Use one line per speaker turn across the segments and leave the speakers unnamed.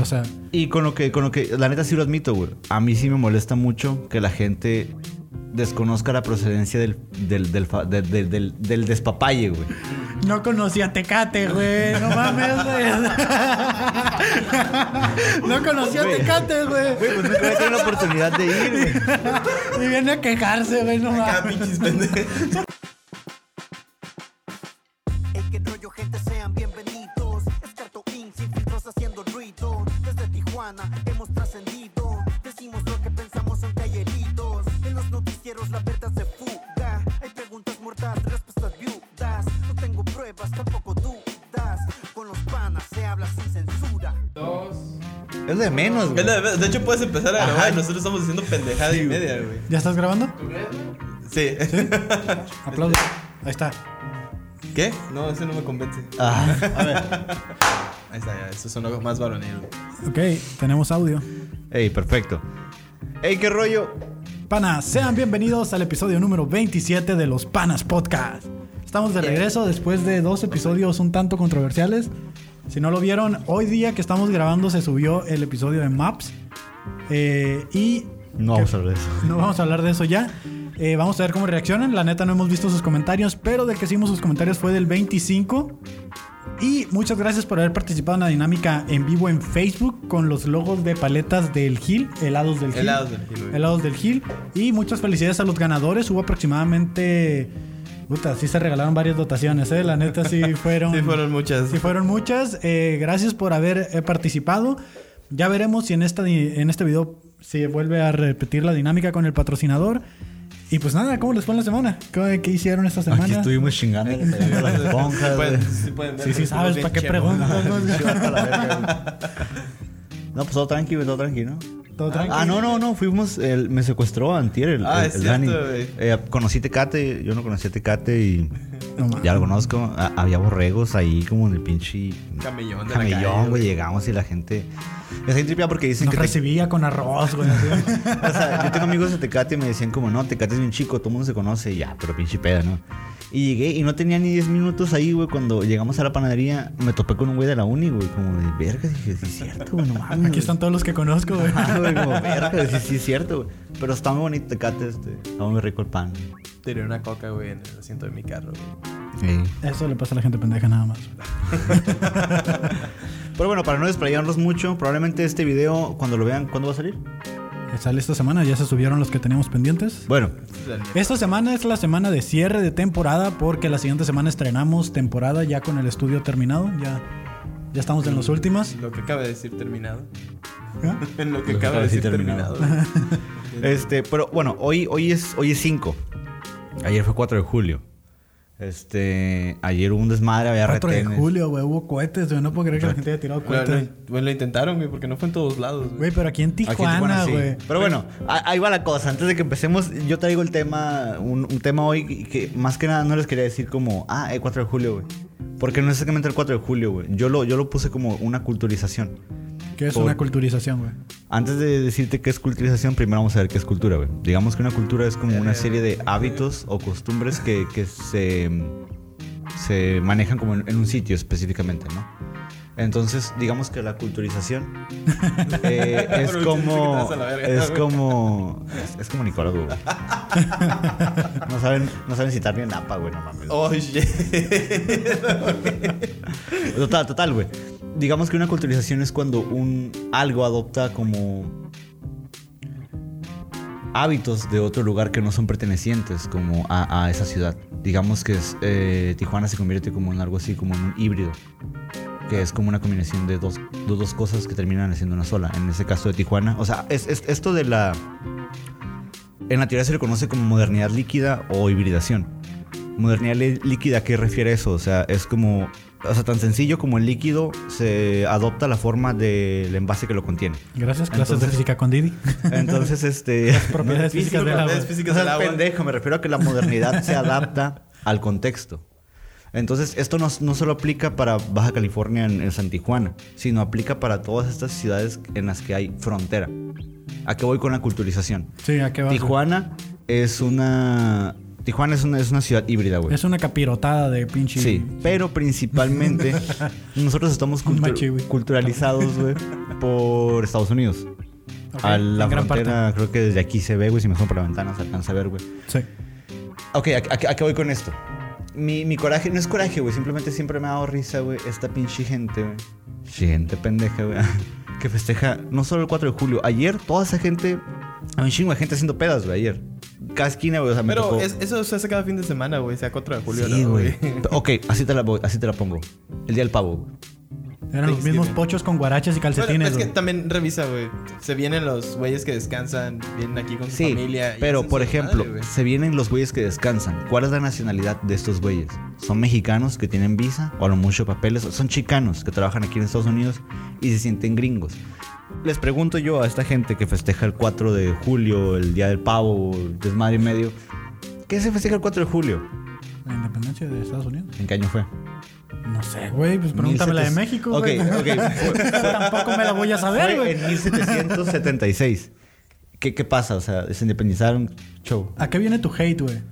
O sea,
Y con lo que, con lo que, la neta sí lo admito, güey. A mí sí me molesta mucho que la gente desconozca la procedencia del, del, del, fa- del- del- del- del despapalle, güey.
no conocía Tecate, güey. No mames, güey. No conocía
Güey.
Tecate, güey.
Güey, pues nunca había tenido la oportunidad de ir, güey.
Y viene a quejarse, güey, no
Acá,
mames.
pinches pendejos.
Hey, qué rollo, gente, sean bienvenidos. Es Carto Inc, sin filtros haciendo ruido. Desde Tijuana hemos trascendido. Decimos lo que pensamos ante ayelitos. En los noticieros la verdad se fuga. Hay preguntas muertas, respuestas viudas. No tengo pruebas, tampoco dudas. Con los panas se habla sin censura.
Es de menos, güey.
Es la de- De hecho, puedes empezar a grabar. Nosotros estamos diciendo pendejada y media, güey.
¿Ya estás grabando?
Sí.
Aplausos. Ahí está.
¿Qué? No, ese no me convence.
Ah.
Ahí está, ya. Eso sonó más varonil, güey.
Ok, tenemos audio.
Ey, perfecto. Ey, qué rollo.
Panas, sean bienvenidos al episodio número 27 de los Panas Podcast. Estamos de regreso después de dos episodios un tanto controversiales. Si no lo vieron, hoy día que estamos grabando se subió el episodio de Maps. Eh, y
No vamos a hablar de eso.
no vamos a hablar de eso ya. Eh, vamos a ver cómo reaccionan. La neta no hemos visto sus comentarios, pero del que hicimos sus comentarios fue del 25. Y muchas gracias por haber participado en la dinámica en vivo en Facebook con los logos de paletas del Gil, helados del Gil.
Helados del Gil, güey.
Helados del Gil. Y muchas felicidades a los ganadores. Hubo aproximadamente... Puta, sí se regalaron varias dotaciones, ¿eh? La neta sí fueron...
Sí, fueron muchas.
Sí, fueron muchas. Eh, gracias por haber eh, participado. Ya veremos si en, esta, di- en este video se vuelve a repetir la dinámica con el patrocinador. Y pues nada, ¿cómo les fue en la semana? ¿Qué, qué hicieron esta semana?
Aquí estuvimos chingando. las esponjas, güey.
sí, pueden ver,
Sí, sí,
pero
sabes,
bien
¿para qué
chemo,
preguntas? no?
Sí, vato, a la verga, güey. No, pues todo tranqui, güey, todo tranqui, ¿no?
Todo tranqui.
Ah, no, no, no, fuimos, el- me secuestró antier el,
Ah,
el-
es
el
cierto,
Dani.
güey.
Eh, conocí Tecate, yo no conocía Tecate y
No mames.
ya lo conozco. A- había borregos ahí como en el pinche...
Camellón de la
Camellón,
calle,
güey, llegamos y la gente... Es gente tripia porque dicen
Nos
que... Te,
recibía con arroz, güey. así.
o sea, yo tengo amigos de Tecate y me decían como, no, Tecate es bien chico, todo el mundo se conoce, y ya, pero pinche peda, ¿no? Y llegué y no tenía ni 10 minutos ahí, güey, cuando llegamos a la panadería, me topé con un güey de la uni, güey, como de verga, dije, sí es cierto, güey, no mames.
Aquí están todos los que conozco, güey.
Ah, güey, como verga, sí, sí es cierto, güey. Pero está muy bonito Tecate, este, está muy rico el pan.
güey. Tiré una coca, güey, en el asiento de mi carro, güey.
Eso le pasa a la gente pendeja nada más.
Pero bueno, para no desplayarnos mucho, probablemente este video, cuando lo vean, ¿cuándo va a salir?
Eh, Sale esta semana, ya se subieron los que teníamos pendientes.
Bueno,
Esta semana es la semana de cierre de temporada porque la siguiente semana estrenamos temporada ya con el estudio terminado. Ya, ya estamos en los últimos.
Lo que acaba de decir terminado.
¿Ah?
En lo que acaba de decir terminado. güey.
este, pero bueno, hoy, hoy es hoy es 5. Ayer fue 4 de julio. Este, ayer hubo un desmadre, había
4 de
retenes.
julio, güey, hubo cohetes, güey. No puedo creer que la gente haya tirado
Bueno,
cohetes.
lo- Bueno, lo intentaron, güey, porque no fue en todos lados,
Güey,
güey.
pero aquí en
Aquí en Tijuana,
Tijuana,
sí.
güey.
Pero bueno, a- ahí va la cosa. Antes de que empecemos, yo traigo el tema, un, un tema hoy que que más que nada no les quería decir como, ah, el 4 de julio, güey. Porque no es exactamente el 4 de julio, güey. Yo lo, yo lo puse como una culturización.
Que es
por-
una culturización, güey.
Antes de decirte qué es culturización, primero vamos a ver qué es cultura, güey. Digamos que una cultura es como
Eh.
una serie de hábitos o costumbres que, que se, se manejan como en, en un sitio específicamente, ¿no? Entonces, digamos que la culturización eh, es
Pero el chiste que te
como.
vas a la verga,
Es
güey.
como. Es, es como Nicolás, güey. No saben, no saben citar bien APA, güey, no mames.
Oye.
Total, total, güey. Digamos que una culturización es cuando un algo adopta como hábitos de otro lugar que no son pertenecientes como a, a esa ciudad. Digamos que es, eh, Tijuana se convierte como en algo así, como en un híbrido, que es como una combinación de dos, de dos cosas que terminan haciendo una sola. En ese caso de Tijuana, o sea, es, es- esto de la... En la teoría se le conoce como modernidad líquida o hibridación. Modernidad lí- líquida, ¿a ¿qué refiere eso? O sea, es como... O sea, tan sencillo como el líquido se adopta la forma del envase que lo contiene.
Gracias, clases de
Entonces-
física con Didi.
Entonces, este...
Propiedades
física,
físicas del agua.
propiedades físicas.
No
del
seas
agua.
pendejo, me refiero a que la modernidad se adapta al contexto. Entonces, esto no, no solo aplica para Baja California en, en San Tijuana, sino aplica para todas estas ciudades en las que hay frontera. ¿A qué voy con la culturización?
Sí, ¿a qué vas? güey?
Tijuana es una. Tijuana es una, es una ciudad híbrida, güey.
Es una capirotada de pinche.
Sí, pero principalmente nosotros estamos
Un
cultu-
machi, güey.
culturalizados, güey, por Estados Unidos.
Ok,
a la
en gran
frontera, creo que desde aquí se ve, güey. Si me son por la ventana, se alcanza a ver, güey.
Sí.
Ok, ¿a, a- a qué voy con esto? Mi, mi coraje, no es coraje, güey. Simplemente siempre me ha dado risa, güey. Esta pinche gente, güey. Gente pendeja, güey. Que festeja no solo el 4 de julio. Ayer, toda esa gente. Había un chingo de gente haciendo pedas, güey. Ayer. Cada esquina, güey. O sea, me
Pero
tocó.
es- eso se hace cada fin de semana, güey. Sea 4 de julio,
Sí,
¿no,
güey. ok, así te, la voy- así te la pongo. El día del pavo, güey.
Eran los mismos pochos con guaraches y
Bueno,
calcetines.
es que
güey.
también revisa, güey. Se vienen los güeyes que descansan, vienen aquí con su
Sí,
familia. y
pero
hacen
por
su
ejemplo, este
madre, güey.
se vienen los güeyes que descansan. ¿Cuál es la nacionalidad de estos güeyes? ¿Son mexicanos que tienen visa o a lo mucho papeles? ¿Son chicanos que trabajan aquí en Estados Unidos y se sienten gringos? Les pregunto yo a esta gente que festeja el 4 de julio, el Día del Pavo, el desmadre y medio. ¿Qué se festeja el 4 de julio?
La independencia de Estados Unidos.
¿En qué año fue?
No sé, güey. Pues pregúntame la de
1700.
México.
Ok,
güey.
ok.
Tampoco me la voy a saber,
Fue
güey.
en 1776. ¿Qué, ¿Qué pasa? O sea, se independizaron. Show.
¿A qué viene tu hate, güey?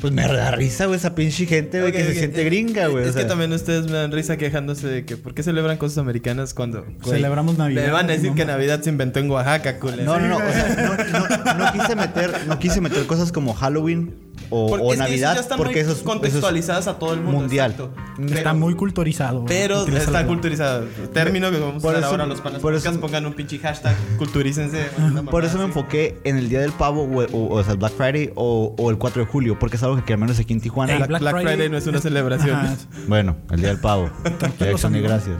Pues me da risa, güey, esa pinche gente, güey,
Ok,
que
ok,
se siente
eh,
gringa, güey.
Es
o sea.
que también ustedes me dan risa quejándose de que ¿por qué celebran cosas americanas cuando güey,
Celebramos Navidad.
Le van a decir
no
que
mames.
Navidad se inventó en Oaxaca, culero.
No, no, no, o sea, no, no- no quise meter, no quise meter cosas como Halloween o,
Porque
o
es que esas
Navidad,
ya están
porque
muy
eso es
contextualizadas a todo el mundo.
mundial.
exacto.
Está
Pero-
muy culturizado. güey.
Pero
Utiliza la-
está culturizado. Término que vamos a
Por
usar
eso-
ahora los panas
por eso-
podcast, pongan un pinche hashtag, culturícense. una
Por eso me
mamada así.
enfoqué en el Día del Pavo, güey, o, o sea, el Black Friday o, o el 4 de julio, porque es algo que al menos aquí en Tijuana...
Ey,
la-
Black
Black,
Friday-
Friday, no es una celebración.
Ajá.
Bueno, el Día del Pavo. Jackson, y
amigo.
gracias.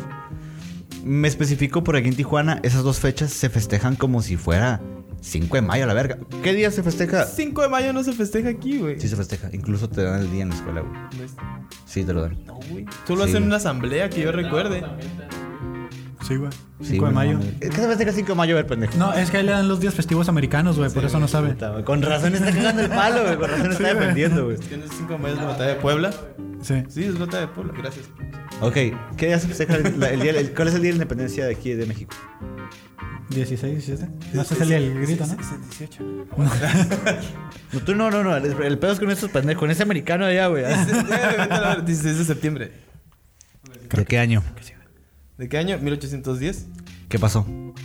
Me especificó por aquí en Tijuana, esas dos fechas se festejan como si fuera 5 de mayo, la verga. ¿Qué día se festeja?
5 de mayo no se festeja aquí, güey.
Sí se festeja, incluso te dan el día en la escuela, güey.
No es-
Sí, te lo dan.
No, güey. Solo
Sí.
hacen una asamblea que yo recuerde.
Sí, güey. 5
Sí,
de
bueno,
mayo.
mames. Es que se festeja 5 de mayo, el pendejo.
No, es que ahí le dan los días festivos americanos, güey. Por eso no sabe.
Puta, güey. Con razón está cagando el palo, güey. Con razón está
güey.
defendiendo, güey.
¿Tienes 5 de mayo es la batalla de Puebla?
Sí.
Sí, es batalla de Puebla, gracias.
Ok, ¿qué día se festeja el, la- el día? el- ¿Cuál es el día de la independencia de aquí de México?
16, 17. No se salía el grito, ¿no?
Es el 18.
No, tú no, no, no. El, el pedo es con estos pendejos, con ese americano allá, güey. Ah,
Eh, vete a la ver- 16 de septiembre.
¿De qué año?
¿De qué año? 1810.
¿Qué pasó? Pues,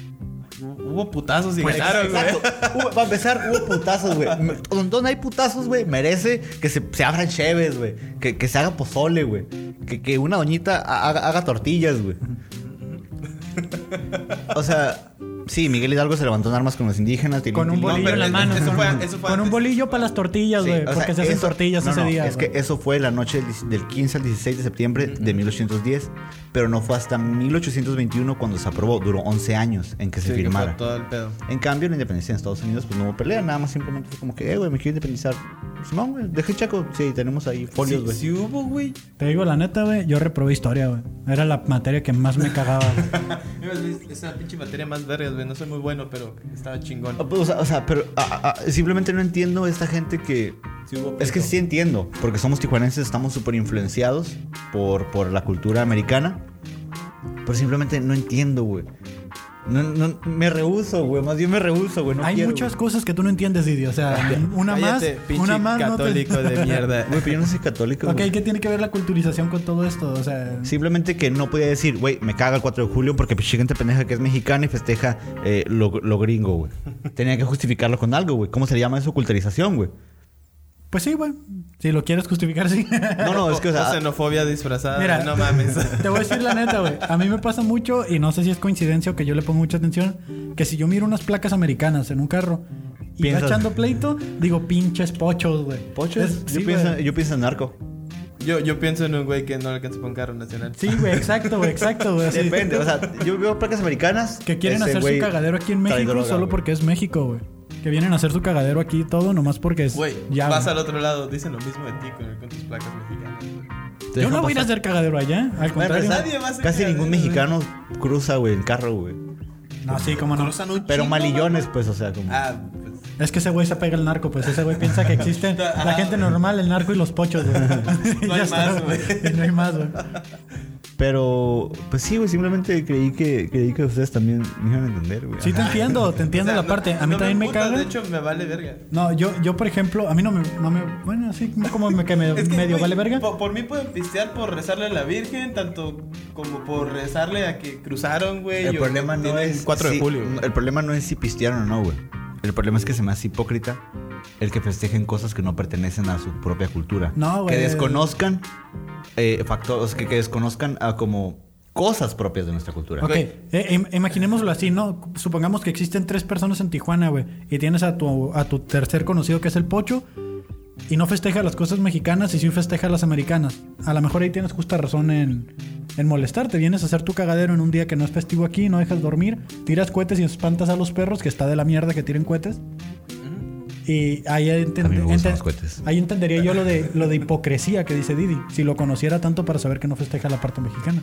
Hubo putazos y ganaron, güey.
Exacto. Hubo- para empezar, hubo putazos, güey. Me- Donde hay putazos, güey, merece que se, se abran cheves, güey. Que, que se haga pozole, güey. Que, que una doñita ha- haga, haga tortillas, güey. O sea, sí, Miguel Hidalgo se levantó en armas con los indígenas. tilín,
Con un
tilín.
bolillo en la
pero
mano.
eso fue- eso fue
Con un
antes.
bolillo para las tortillas,
Sí,
güey.
o sea,
porque se hacen
eso-
tortillas
no,
ese
no,
día.
Es
güey.
que eso fue la noche del, del 15 al 16 de septiembre de 1810, pero no fue hasta 1821 cuando se aprobó. Duró 11 años en que se
Sí, que
firmara.
fue todo el pedo.
En cambio, la independencia en Estados Unidos, pues no hubo pelea, nada más simplemente fue como que, eh, güey, me quiero independizar. Simón, güey, dejé chaco. Sí, tenemos ahí folios,
Sí,
güey.
sí hubo, güey.
Te digo la neta, güey. Yo reprobé historia, güey. Era la materia que más me cagaba. güey.
Esa pinche materia más vergas, güey. No soy muy bueno, pero estaba chingón.
Ah, pues, O sea, o sea, pero ah, ah, ah, simplemente no entiendo esta gente que.
Sí hubo
Es que
pleito.
sí entiendo, porque somos tijuanenses, estamos súper influenciados por, por la cultura americana. Pero simplemente no entiendo, güey. No, no- me rehuso, güey. Más bien me rehuso, güey. No
Hay
quiero,
muchas
güey.
cosas que tú no entiendes, Didi. O sea, una
Cállate,
más.
pinche
Una más. no te-
católico de mierda.
Güey, pero yo no soy católico.
Ok,
güey.
¿qué tiene que ver la culturización con todo esto? O sea,
Simplemente que no podía decir, güey, me caga el 4 de julio porque pinche gente pendeja que es mexicana y festeja eh, lo, lo gringo, güey. Tenía que justificarlo con algo, güey. ¿Cómo se le llama eso? Culturalización, güey.
pues sí, güey. Si lo quieres justificar, sí.
No, no, es que, o sea,
xenofobia
Ah,
disfrazada.
Mira,
no mames.
Te voy a decir la neta, güey. A mí me pasa mucho, y no sé si es coincidencia o que yo le pongo mucha atención, que si yo miro unas placas americanas en un carro y va
Piensas-
echando pleito, digo pinches pochos, güey.
pochos.
Es-
yo,
sí,
pienso,
güey.
yo pienso en narco.
Yo, yo pienso en un güey que no le alcanza para un carro nacional.
Sí, güey, exacto, güey, exacto, güey. así.
Depende, o sea, yo veo placas americanas.
Que quieren
ese
hacer
güey
su cagadero aquí en
trae
México
droga,
solo
güey.
porque es México, güey. Que vienen a hacer su cagadero aquí y todo, nomás porque es.
Güey,
ya,
vas
güey.
al otro lado, dicen lo mismo de ti con, con tus placas mexicanas. güey.
Te
Yo
dejan
no voy a ir a
pasar.
hacer cagadero allá, al
Para
contrario.
empezar,
pues, Nadie va a hacer
Casi
cagadero,
ningún
güey.
mexicano cruza, güey, en carro, güey.
No, sí, como no.
Pero malillones, pues, o sea, como.
Ah, pues.
Es que ese güey se pega el narco, pues ese güey piensa que existen la gente normal, el narco y los pochos, güey.
No hay
Ya está,
más, güey.
No hay más, güey.
Pero, pues sí, güey, simplemente creí que, creí que ustedes también me iban a entender, güey.
Sí, te
Ajá.
entiendo, te entiendo
O sea,
la parte.
no-
A mí
no
también me,
emputa,
caga.
De hecho, me vale verga.
No, yo, yo, por ejemplo, a mí no me. No me bueno, así como me, que me-
Es que,
medio
güey,
vale verga.
Por, por mí pueden pistear por rezarle a la Virgen, tanto como por rezarle a que cruzaron, güey.
El
o
problema no
tienen
es.
4 de
sí,
julio.
El problema no es si pistearon o no, güey. El problema es que se me hace hipócrita el que festejen cosas que no pertenecen a su propia cultura.
No, güey.
Que desconozcan eh, factores, que, que desconozcan a como cosas propias de nuestra cultura.
Ok, eh, im- imaginémoslo así, ¿no? Supongamos que existen tres personas en Tijuana, güey, y tienes a tu, a tu tercer conocido que es el Pocho, y no festeja las cosas mexicanas y sí festeja las americanas. A lo mejor ahí tienes justa razón en, en molestarte. Vienes a hacer tu cagadero en un día que no es festivo aquí, no dejas dormir, tiras cohetes y espantas a los perros, que está de la mierda que tiren cohetes. Y ahí, enten-
A mí me gustan
enten-
los cohetes.
ahí entendería yo lo de, lo de hipocresía que dice Didi. Si lo conociera tanto para saber que no festeja la parte mexicana.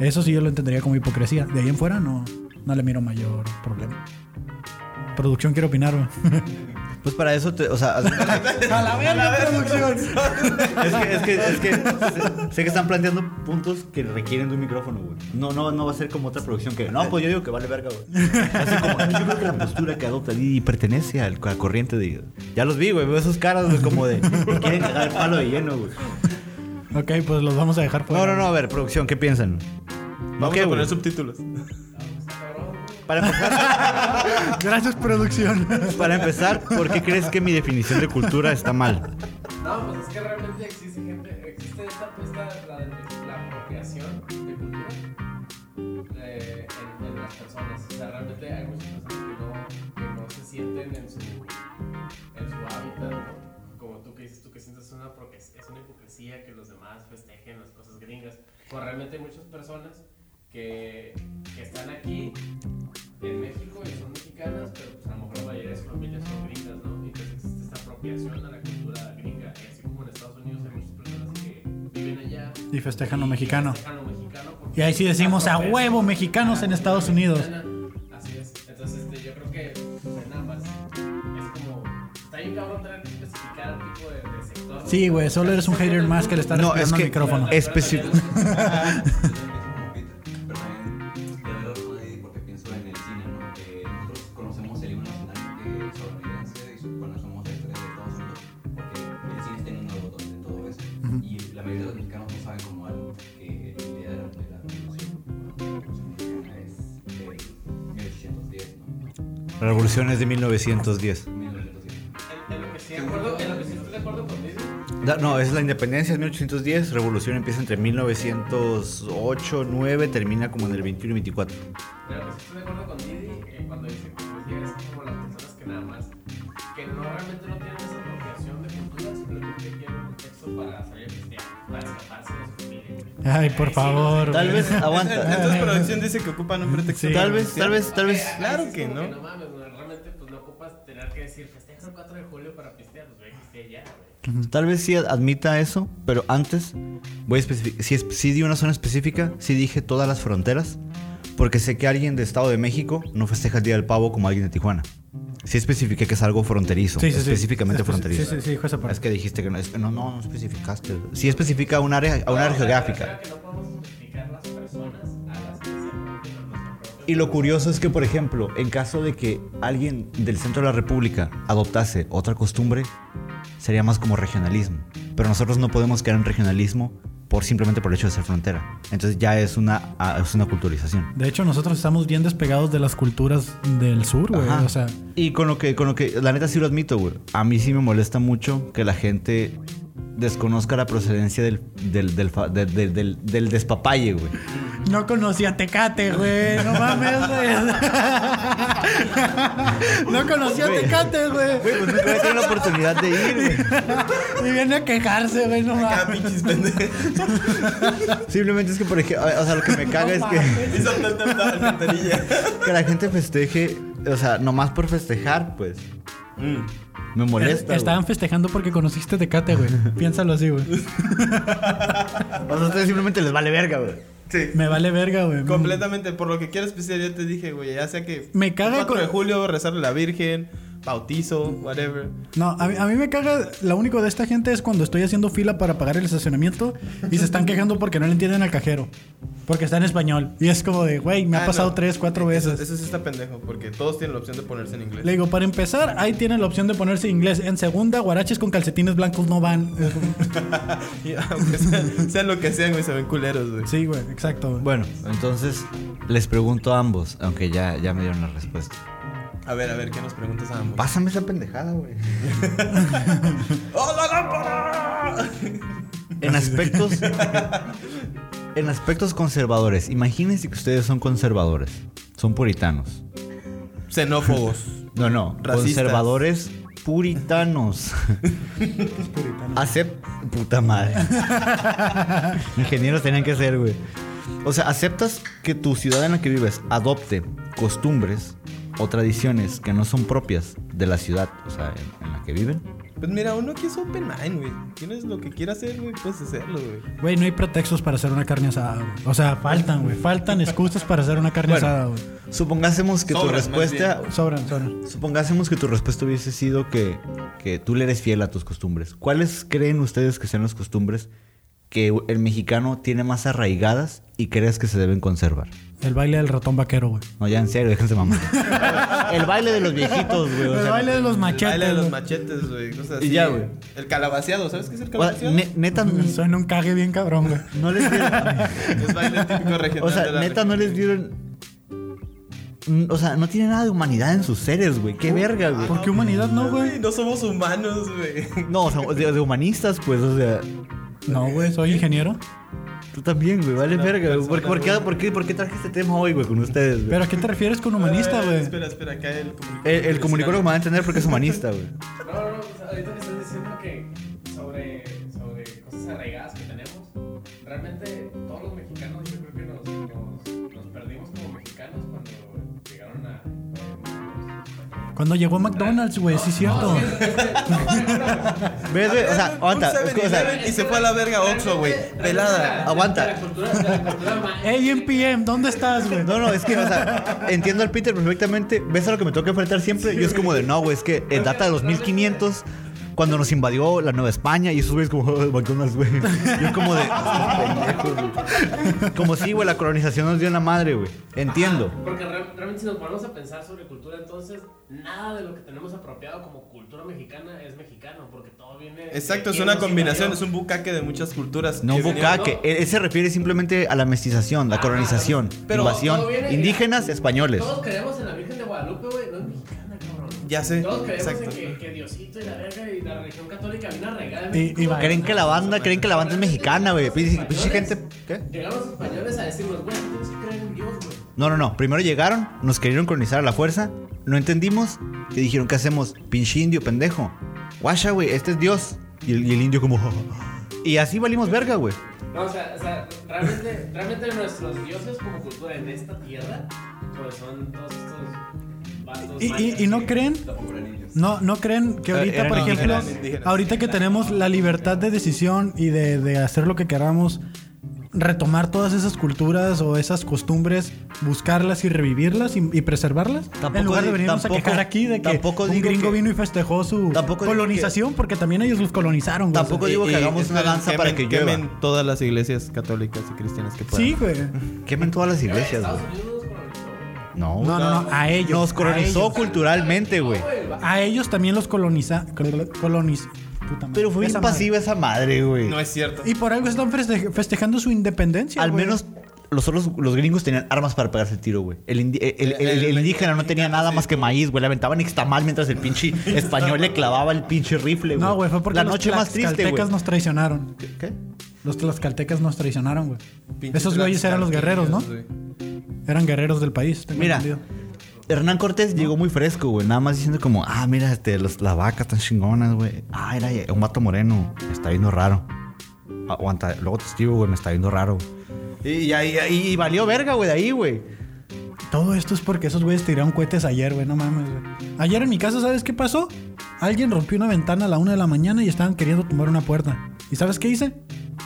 Eso sí yo lo entendería como hipocresía. De ahí en fuera no, no le miro mayor problema. Producción quiere opinar, güey.
Pues para eso, te- o sea, haz-
A la producción.
es que, es que, es que sé, sé que están planteando puntos que requieren de un micrófono, güey. No, no, no va a ser como otra producción que. No, pues yo digo que vale verga, güey. Así como, yo creo que la postura que adopta Didi pertenece al, a la corriente de. Ya los vi, güey. Veo esos caras, güey, como de. me Quieren cagar el palo de lleno, güey.
Ok, pues los vamos a dejar fuera.
No, no, no, a ver, producción, ¿qué piensan?
Vamos
¿Qué,
a poner
güey?
subtítulos.
Para empezar,
Gracias, producción.
para empezar, ¿por qué crees que mi definición de cultura está mal?
No, pues es que realmente existe gente, existe esta esta- la, la apropiación de cultura eh, en, en las personas. O sea, realmente hay muchas personas que no, que no se sienten en su, en su hábitat, ¿no? como tú que dices, tú que sientes una, porque es es una hipocresía que los demás festejen las cosas gringas. Pues realmente hay muchas personas que, que están aquí en México y son mexicanas, pero pues, a lo mejor la mayoría de sus familias son gringas, ¿no? Y Entonces existe esta apropiación a la cultura gringa. Y así como en Estados Unidos hay muchas personas que viven allá.
Y festejan lo mexicano.
festejan lo mexicano porque
Y ahí sí decimos, "A huevo, mexicanos en Estados Unidos".
Así es. Entonces este, yo creo que pues, nada más es como... Está bien cabrón tener que especificar el tipo de, de sector. ¿no?
Sí, güey, solo eres un hater más que le está
No,
respirando
es que-
el micrófono.
es- especi-
Pero también te veo con Eddie porque pienso en el cine, ¿no? Que nosotros conocemos el himno nacional eh, estadounidense y su- conocemos la historia de Estados Unidos porque el cine está en un nuevo de todo eso. Y la mayoría de los mexicanos no saben cómo algo que la idea de la, de la revolución, bueno, la revolución mexicana es eh, de 1810, ¿no?
Revoluciones de 1910.
1810.
ah, En lo que sí de acuerdo, en lo que sí estoy de acuerdo contigo.
Da- No, es la independencia es 1810, revolución empieza entre 1908, 9, termina como en el 21 y 24.
Pero pues estoy de acuerdo con Didi eh, cuando dice que pues, ya es como las personas que nada más, que no realmente no tienen esa apropiación de cultura, simplemente quieren un contexto para salir a pistear, para escaparse de su familia.
Ay, por
Sí,
favor.
Tal
güey.
vez, aguanta.
Entonces, producción dice que ocupan un pretexto.
Sí.
Tal vez, tal vez, tal vez.
Ahí
Claro
sí es
que
como
no.
No mames, no, realmente pues no ocupas tener que decir festeja el 4 de julio para pistear, pues ve que esté ya, güey.
Tal vez sí admita eso, pero antes voy a especificar. Si, es- si di una zona específica, si dije todas las fronteras, porque sé que alguien de Estado de México no festeja el Día del Pavo como alguien de Tijuana. Sí especifiqué que es algo fronterizo,
Sí, sí, sí.
específicamente
Espe-
fronterizo.
sí, sí, sí, dijo esa parte.
Es que dijiste que no, es- no, no, no especificaste. Sí especifica un área, a un área
No,
geográfica.
Creo que no podemos justificar las personas a las que se apropian de nuestra propia
Y lo curioso es que, por ejemplo, en caso de que alguien del centro de la República adoptase otra costumbre, sería más como regionalismo. Pero nosotros no podemos quedar en regionalismo por simplemente por el hecho de ser frontera. Entonces ya es una, ah, es una culturización.
De hecho, nosotros estamos bien despegados de las culturas del sur, güey.
Ajá.
O sea,
y con lo que, con lo que, la neta sí lo admito, güey. A mí sí me molesta mucho que la gente desconozca la procedencia del, del, del, fa- del- del- del- del despapalle, güey.
no conocía Tecate, güey. No mames, güey. No conocía
Güey.
Tecate, güey.
Güey, pues nunca había tenido la oportunidad de ir, güey.
Y viene a quejarse, güey, no
Acá,
mames.
Ah, pinches pendejos.
Simplemente es que, por ejemplo, o sea, lo que me caga es que...
Y saltarte a la alcantarilla.
Que la gente festeje, o sea, nomás por festejar, pues. Me molesta.
Estaban festejando porque conociste Tecate, güey. Piénsalo así, güey.
güey. O sea, a ustedes simplemente les vale verga, güey.
Sí.
Me vale verga, güey.
pues, Completamente, por lo que quieras pistear, ya te dije, güey. Ya sea que.
Me caga
el 4
con-
de julio, rezarle a la Virgen, bautizo, whatever.
No, a mí, a mí me caga. Lo único de esta gente es cuando estoy haciendo fila para pagar el estacionamiento y se están quejando porque no le entienden al cajero. Porque está en español. Y es como de, güey, me ha
Ah,
pasado
no.
tres, cuatro
Eso-
veces.
Eso sí está pendejo, porque todos tienen la opción de ponerse en inglés.
Le digo, para empezar, ahí tienen la opción de ponerse inglés. En segunda, guaraches con calcetines blancos no van.
Y aunque sea, sea lo que sean, güey, se ven culeros, güey.
Sí, güey, exacto. güey.
Bueno, entonces les pregunto a ambos, aunque ya, ya me dieron la respuesta.
A ver, a ver, ¿qué nos preguntas a ambos?
Pásame esa pendejada, güey.
¡Oh, la lámpara!
En aspectos. en aspectos conservadores. Imagínense que ustedes son conservadores. Son puritanos.
Xenófobos.
No, no.
Racistas.
Conservadores puritanos. Acept... Puta madre. Ingenieros tenían que ser, güey. O sea, aceptas que tu ciudad en la que vives adopte costumbres o tradiciones que no son propias de la ciudad, o sea, en- en la que viven.
Pues mira, uno aquí es open mind, güey. Tienes lo que quieras hacer, güey, puedes hacerlo, güey.
Güey, no hay pretextos para hacer una carne asada, güey. O sea, faltan, güey. Faltan excusas para hacer una carne
Bueno.
asada, güey.
Supongásemos que tu
Sobran, más
respuesta.
Sobran, sobran.
Supongásemos que tu respuesta hubiese sido que, que tú le eres fiel a tus costumbres. ¿Cuáles creen ustedes que sean las costumbres que el mexicano tiene más arraigadas y crees que se deben conservar?
El baile del ratón vaquero, güey.
No, ya en serio, déjense mamar. el baile de los viejitos, güey. o
El
sea,
baile de los
El baile de
machetes.
los
güey.
machetes, güey. cosas
Y
así.
ya, güey.
El calabaceado, ¿sabes qué es el
o sea,
calabaceado?
ne- neta, no
Suena un cague bien cabrón, güey.
les dieron.
es baile típico regional.
O
de
sea,
la
neta, no
región.
les dieron. Mm, O sea, no tiene nada de humanidad en sus seres, güey. Qué verga, güey.
¿Por qué humanidad no,
Güey,
güey?
no somos humanos, güey.
No, o sea, de, de humanistas, pues, o sea.
No, güey, soy ingeniero.
Tú también, güey, vale
Una
verga. güey. ¿Por,
persona,
por qué,
güey.
por, qué, ¿Por qué traje este tema hoy, güey, con ustedes, güey?
¿Pero a qué te refieres con
A
humanista,
ver,
güey?
Espera, espera, acá el comunicólogo.
El, el comunicólogo me va a entender porque es humanista, güey.
No, no, no, pues ahorita que estás diciendo que sobre, sobre cosas arraigadas que tenemos, realmente todos los mexicanos yo creo que nos, nos, nos perdimos como mexicanos cuando llegaron a...
Cuando llegó McDonald's, güey, sí es cierto.
No, es que- es que-
¿Ves, güey? O sea, aguanta.
Un
es que, o sea, Ah,
7-Eleven. Y se fue a la verga Oxxo, güey.
Realmente-
Pelada.
realmente la-
Aguanta.
La cultura, la cultura ma-
Ey, NPM, ¿dónde estás, güey?
no, no, es que, o sea, entiendo al Peter perfectamente. ¿Ves a lo que me toca enfrentar siempre? y es como de, no, güey, es que eh, data de los 1500. Cuando nos invadió la Nueva España y esos güeyes como "Oh, McDonald's, güey. Yo como de. "Pendejos, güey". Como sí, güey, la colonización nos dio en la madre, güey. Entiendo.
Porque re- realmente si nos ponemos a pensar sobre cultura, entonces nada de lo que tenemos apropiado como cultura mexicana es mexicano, porque todo viene... de
Exacto, es
quién
una
nos
combinación, es
invadió.
un bucaque de muchas culturas.
No
que venían-
bucaque, él, él se refiere simplemente a la mestización, la
Ah,
colonización,
pero
invasión,
todo viene-
indígenas, españoles.
Todos creemos en la Virgen de Guadalupe, güey, no es mexicana, cabrón.
Ya sé,
Todos creemos en
exacto.
que, que Diosito y la verga y la religión católica vino arraigada. en
Y- y
México, güey.
Creen que la banda, creen que la banda es mexicana, güey. Pinche
Españoles,
pinche gente, ¿qué?
Llegaron los españoles a decirnos, güey, tienes que creer en Dios, güey.
No, no, no. Primero llegaron, nos querían colonizar a la fuerza, no entendimos y dijeron, ¿qué hacemos? Pinche indio, pendejo. Guasha, güey, este es Dios. Y el, y el indio como... Y así valimos verga, güey.
No, o sea, o sea realmente, realmente nuestros dioses como cultura en esta tierra, pues son todos estos vatos
Y- y-
mayas
y no
que-
creen No, no creen que
Eh,
ahorita,
eran
por ejemplo,
indígenas.
Indígenas.
ahorita que tenemos la libertad de decisión y de, de hacer lo que queramos, retomar todas esas culturas o esas costumbres, buscarlas y revivirlas y, y preservarlas.
Tampoco
en lugar
di-
de venirnos
tampoco-
a quejar aquí de que
tampoco
un
digo
gringo
que-
vino y festejó su
Tampoco digo
colonización, porque también ellos los colonizaron. güey.
Tampoco
O sea,
digo
Y-
que hagamos una
esperen,
danza para que llueva.
quemen todas las iglesias católicas y cristianas que puedan.
Sí, güey.
Quemen todas las iglesias,
Estados
güey.
Unidos colonizó, güey.
No,
No, no, no, a ellos.
Nos
a
colonizó
ellos.
culturalmente, güey.
A ellos también los coloniza, coloniz, puta madre.
Pero fue
Esa
bien
madre.
pasiva esa madre, güey.
No es cierto.
Y por algo están feste- festejando su independencia.
Al
güey.
menos los, otros- los gringos tenían armas para pegarse el tiro, güey. El, indi- el- el- el- el indígena no tenía nada más que maíz, güey. Le aventaban mal mientras el pinche español le clavaba el pinche rifle, güey.
No, güey, fue porque
La
los
noche más triste, güey.
tlaxcaltecas nos traicionaron.
¿Qué? qué?
Los tlaxcaltecas nos traicionaron, güey.
Pinches
Esos güeyes eran los guerreros, ¿no?
güey.
Eran guerreros del país. tengo
Mira,
entendido.
Hernán Cortés llegó muy fresco, güey. Nada más diciendo como, ah, mira, este, los- las vacas tan chingonas, güey. Ah, era un vato moreno. Me está viendo raro. Aguanta, luego testigo, güey, me está viendo raro. Y, y, ahí- ahí- y valió verga, güey, de ahí, güey.
Todo esto es porque esos güeyes tiraron cohetes ayer, güey. No mames, güey. Ayer en mi casa, ¿sabes qué pasó? Alguien rompió una ventana a la una de la mañana y estaban queriendo tumbar una puerta. ¿Y sabes qué hice?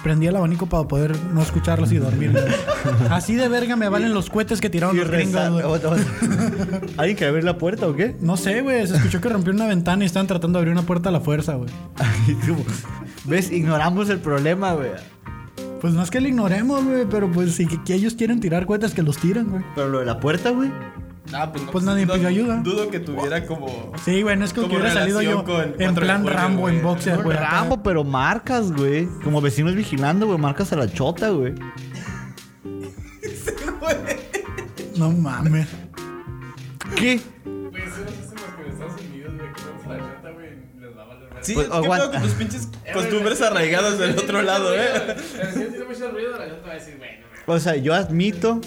prendí el abanico para poder no escucharlos y dormirme. Así de verga me valen los cohetes que tiraron
Y
los gringos,
rezar.
güey.
Aguanta, aguanta. ¿Alguien quiere abrir la puerta o qué?
No sé, güey. Se escuchó que rompió una ventana y estaban tratando de abrir una puerta a la fuerza, güey.
Ay, como- ¿Ves? Ignoramos el problema, güey.
Pues no es que lo ignoremos, güey, pero pues si que, que ellos quieren tirar cohetes, que los tiran, güey.
Pero lo de la puerta, güey.
Ah, pues, no,
Pues nadie
no-
pidió ayuda.
Dudo que tuviera como.
Sí, güey, no es como que
Como
hubiera salido yo
relación con el
en
4 de
plan
julio,
Rambo en
güey.
boxer, güey. acá.
Rambo, pero marcas, güey. Como vecinos vigilando, güey. Marcas a la chota, güey.
No mames.
¿Qué?
Güey, eso nos hacen los que en Estados Unidos, güey, que son la chota, güey, les va a valer verga.
Sí,
Pues,
es que
aguanta.
pedo con tus pinches
Eh,
costumbres arraigadas del otro lado, eh.
Pero si no tiene mucho ruido, la gente va a decir, bueno,
O sea, yo admito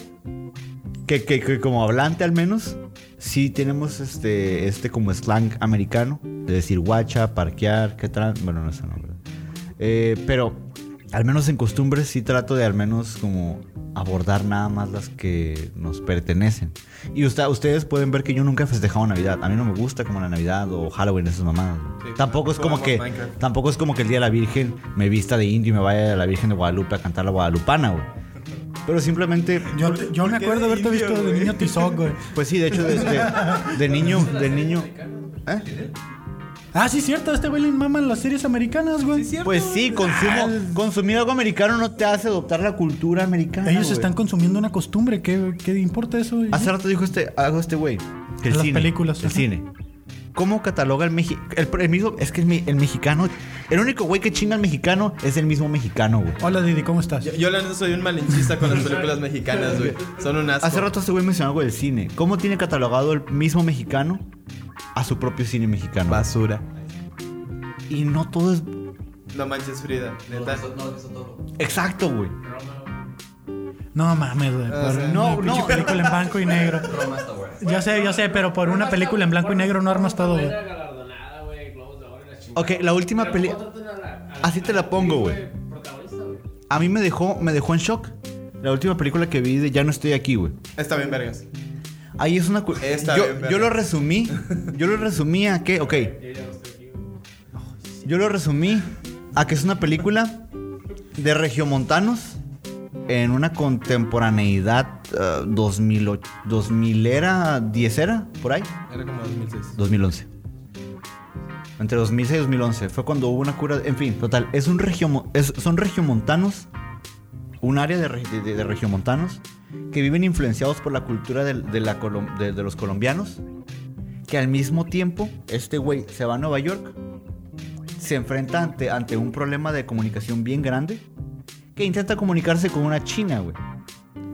que, que- que como hablante al menos, sí tenemos este, este como slang americano de decir guacha, parquear, qué tal. Bueno, no es no, ¿verdad? Eh, pero al menos en costumbres sí trato de al menos como abordar nada más las que nos pertenecen. Y usta- ustedes pueden ver que yo nunca he festejado Navidad. A mí no me gusta como la Navidad o Halloween, esas mamadas.
Sí,
tampoco es como
jugamos
que
Minecraft.
tampoco es como que el día de la Virgen me vista de indio y me vaya a la Virgen de Guadalupe a cantar la guadalupana, güey. Pero simplemente
Yo, yo me
qué
acuerdo de haberte
indio,
visto de
güey?
niño Tizoc, güey.
pues sí, de hecho desde de niño, de niño. ¿Eh?
Ah, sí, cierto, a este güey le maman las series americanas, güey. Ah,
Sí, cierto.
Pues sí, consumo, consumir algo americano no te hace adoptar la cultura americana.
Ellos
Ah, güey.
están consumiendo una costumbre, ¿qué, qué importa eso? güey?
Hace rato dijo este, algo este güey. que El
Las
cine,
películas,
El
ajá.
cine. ¿Cómo cataloga el mexicano? El, el mismo, es que el, mi- el mexicano, el único güey que chinga al mexicano es el mismo mexicano, güey.
Hola Didi, ¿cómo estás?
Yo, yo la neta soy un malinchista con las películas mexicanas, güey. Son un asco.
Hace rato este güey mencionó algo del cine. ¿Cómo tiene catalogado el mismo mexicano a su propio cine mexicano?
Basura.
Y no todo es
No manches, Frida. Neta.
No, no, eso todo.
exacto, güey.
No mames, güey.
Ah,
por
sí.
una
No,
pinche
no.
película en blanco y negro.
Roma está buena.
Yo sé, yo sé, pero por una película en blanco y negro no armas todo, güey.
Era galardonada, güey, Globos de Oro y la chingada.
Ok, la última
Pero
peli-
¿cómo tratan a la- a la-
Así te la
a
pongo, güey.
Protagonista, güey.
A mí me dejó, me dejó en shock. La última película que vi de Ya no estoy aquí, güey.
Está bien, vergas.
Ahí es una cu-
Está
yo,
bien, verga.
yo lo resumí. Yo lo resumí a que, ok.
Yo ya no estoy aquí, güey.
Yo lo resumí a que es una película de regiomontanos en una contemporaneidad eh, 2008, 2000 era, 10 era, por ahí.
Era como 2006.
2011. Entre 2006 y 2011. Fue cuando hubo una cura. En fin, total. Es un regiomo- es- son regiomontanos. Un área de, regi- de- de regiomontanos. Que viven influenciados por la cultura del- de, la colom- de- de los colombianos. Que al mismo tiempo, este güey se va a Nueva York. Se enfrenta ante, ante un problema de comunicación bien grande. Que intenta comunicarse con una china, güey.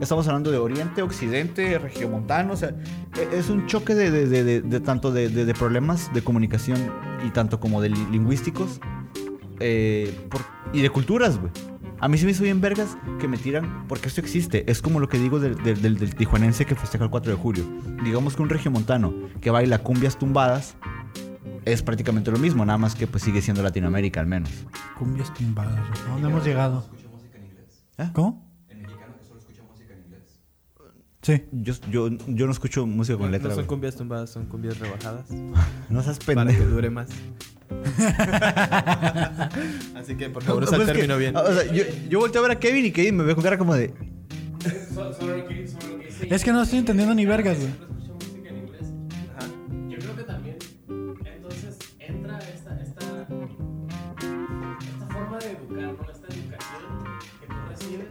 Estamos hablando de Oriente, Occidente, Regiomontano, o sea, e- es un choque de, de- de- de- de tanto de, de- de problemas de comunicación y tanto como de li- lingüísticos eh, por- y de culturas, güey. A mí se me hizo bien vergas que me tiran, porque esto existe. Es como lo que digo del, del- del- del tijuanense que festeja el 4 de julio. Digamos que un regiomontano que baila cumbias tumbadas es prácticamente lo mismo, nada más que pues sigue siendo Latinoamérica al menos.
Cumbias tumbadas, güey. ¿A dónde hemos llegado? ¿Eh?
Escucho música en inglés.
¿Cómo?
El mexicano que solo escucha música en inglés.
Sí.
Yo, yo, yo no escucho música con letra.
no son
güey.
cumbias tumbadas, son cumbias rebajadas.
No seas
Para que
pendejo.
dure más. Así que por favor
Pues
usa el
es que,
término bien.
O sea, yo, yo volteo a ver a Kevin y Kevin me ve con cara como de.
So- Sobre lo que sobre lo que dice-
Es que no estoy entendiendo ni vergas, güey.
Siempre escucho música en inglés.
Ajá.
Yo creo que también, entonces, entra esta, esta, esta forma de educar, ¿no? Esta educación que tú recibes,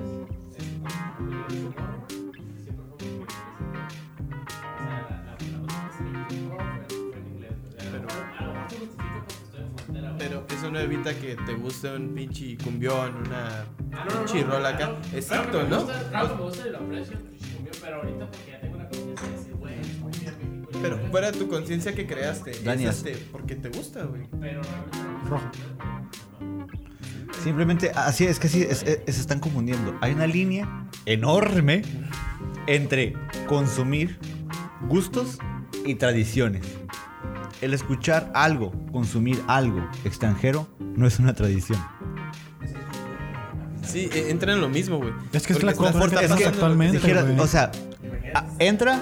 es por ejemplo, yo desde morro, siempre fue muy inglés. O sea, la, la, la música que se me inculcó fue, fue en inglés. A lo mejor- a lo mejor se justifica porque estoy en frontera, güey.
Pero eso no evita que te guste un pinche cumbión, una
Ah, no, no, no,
pinche rola acá.
claro,
Exacto,
claro que me
¿no?
gusta- Claro que me gusta y lo aprecio, pero ahorita porque ya tengo la conciencia de decir, güey, es muy bien, México, yo
Pero
creo que-
fuera tu conciencia que creaste, es
Daniel.
este, porque te gusta, güey.
Pero realmente no me
Rojo.
gusta.
Simplemente, así es que sí, es- es- se están confundiendo. Hay una línea enorme entre consumir gustos y tradiciones. El escuchar algo, consumir algo extranjero, no es una tradición.
Sí, e- entra en lo mismo, güey.
Es que es
Porque
la
estás-
cosa que
porque
pasa
estás-
actualmente.
Dijera,
güey.
o sea, a- entra,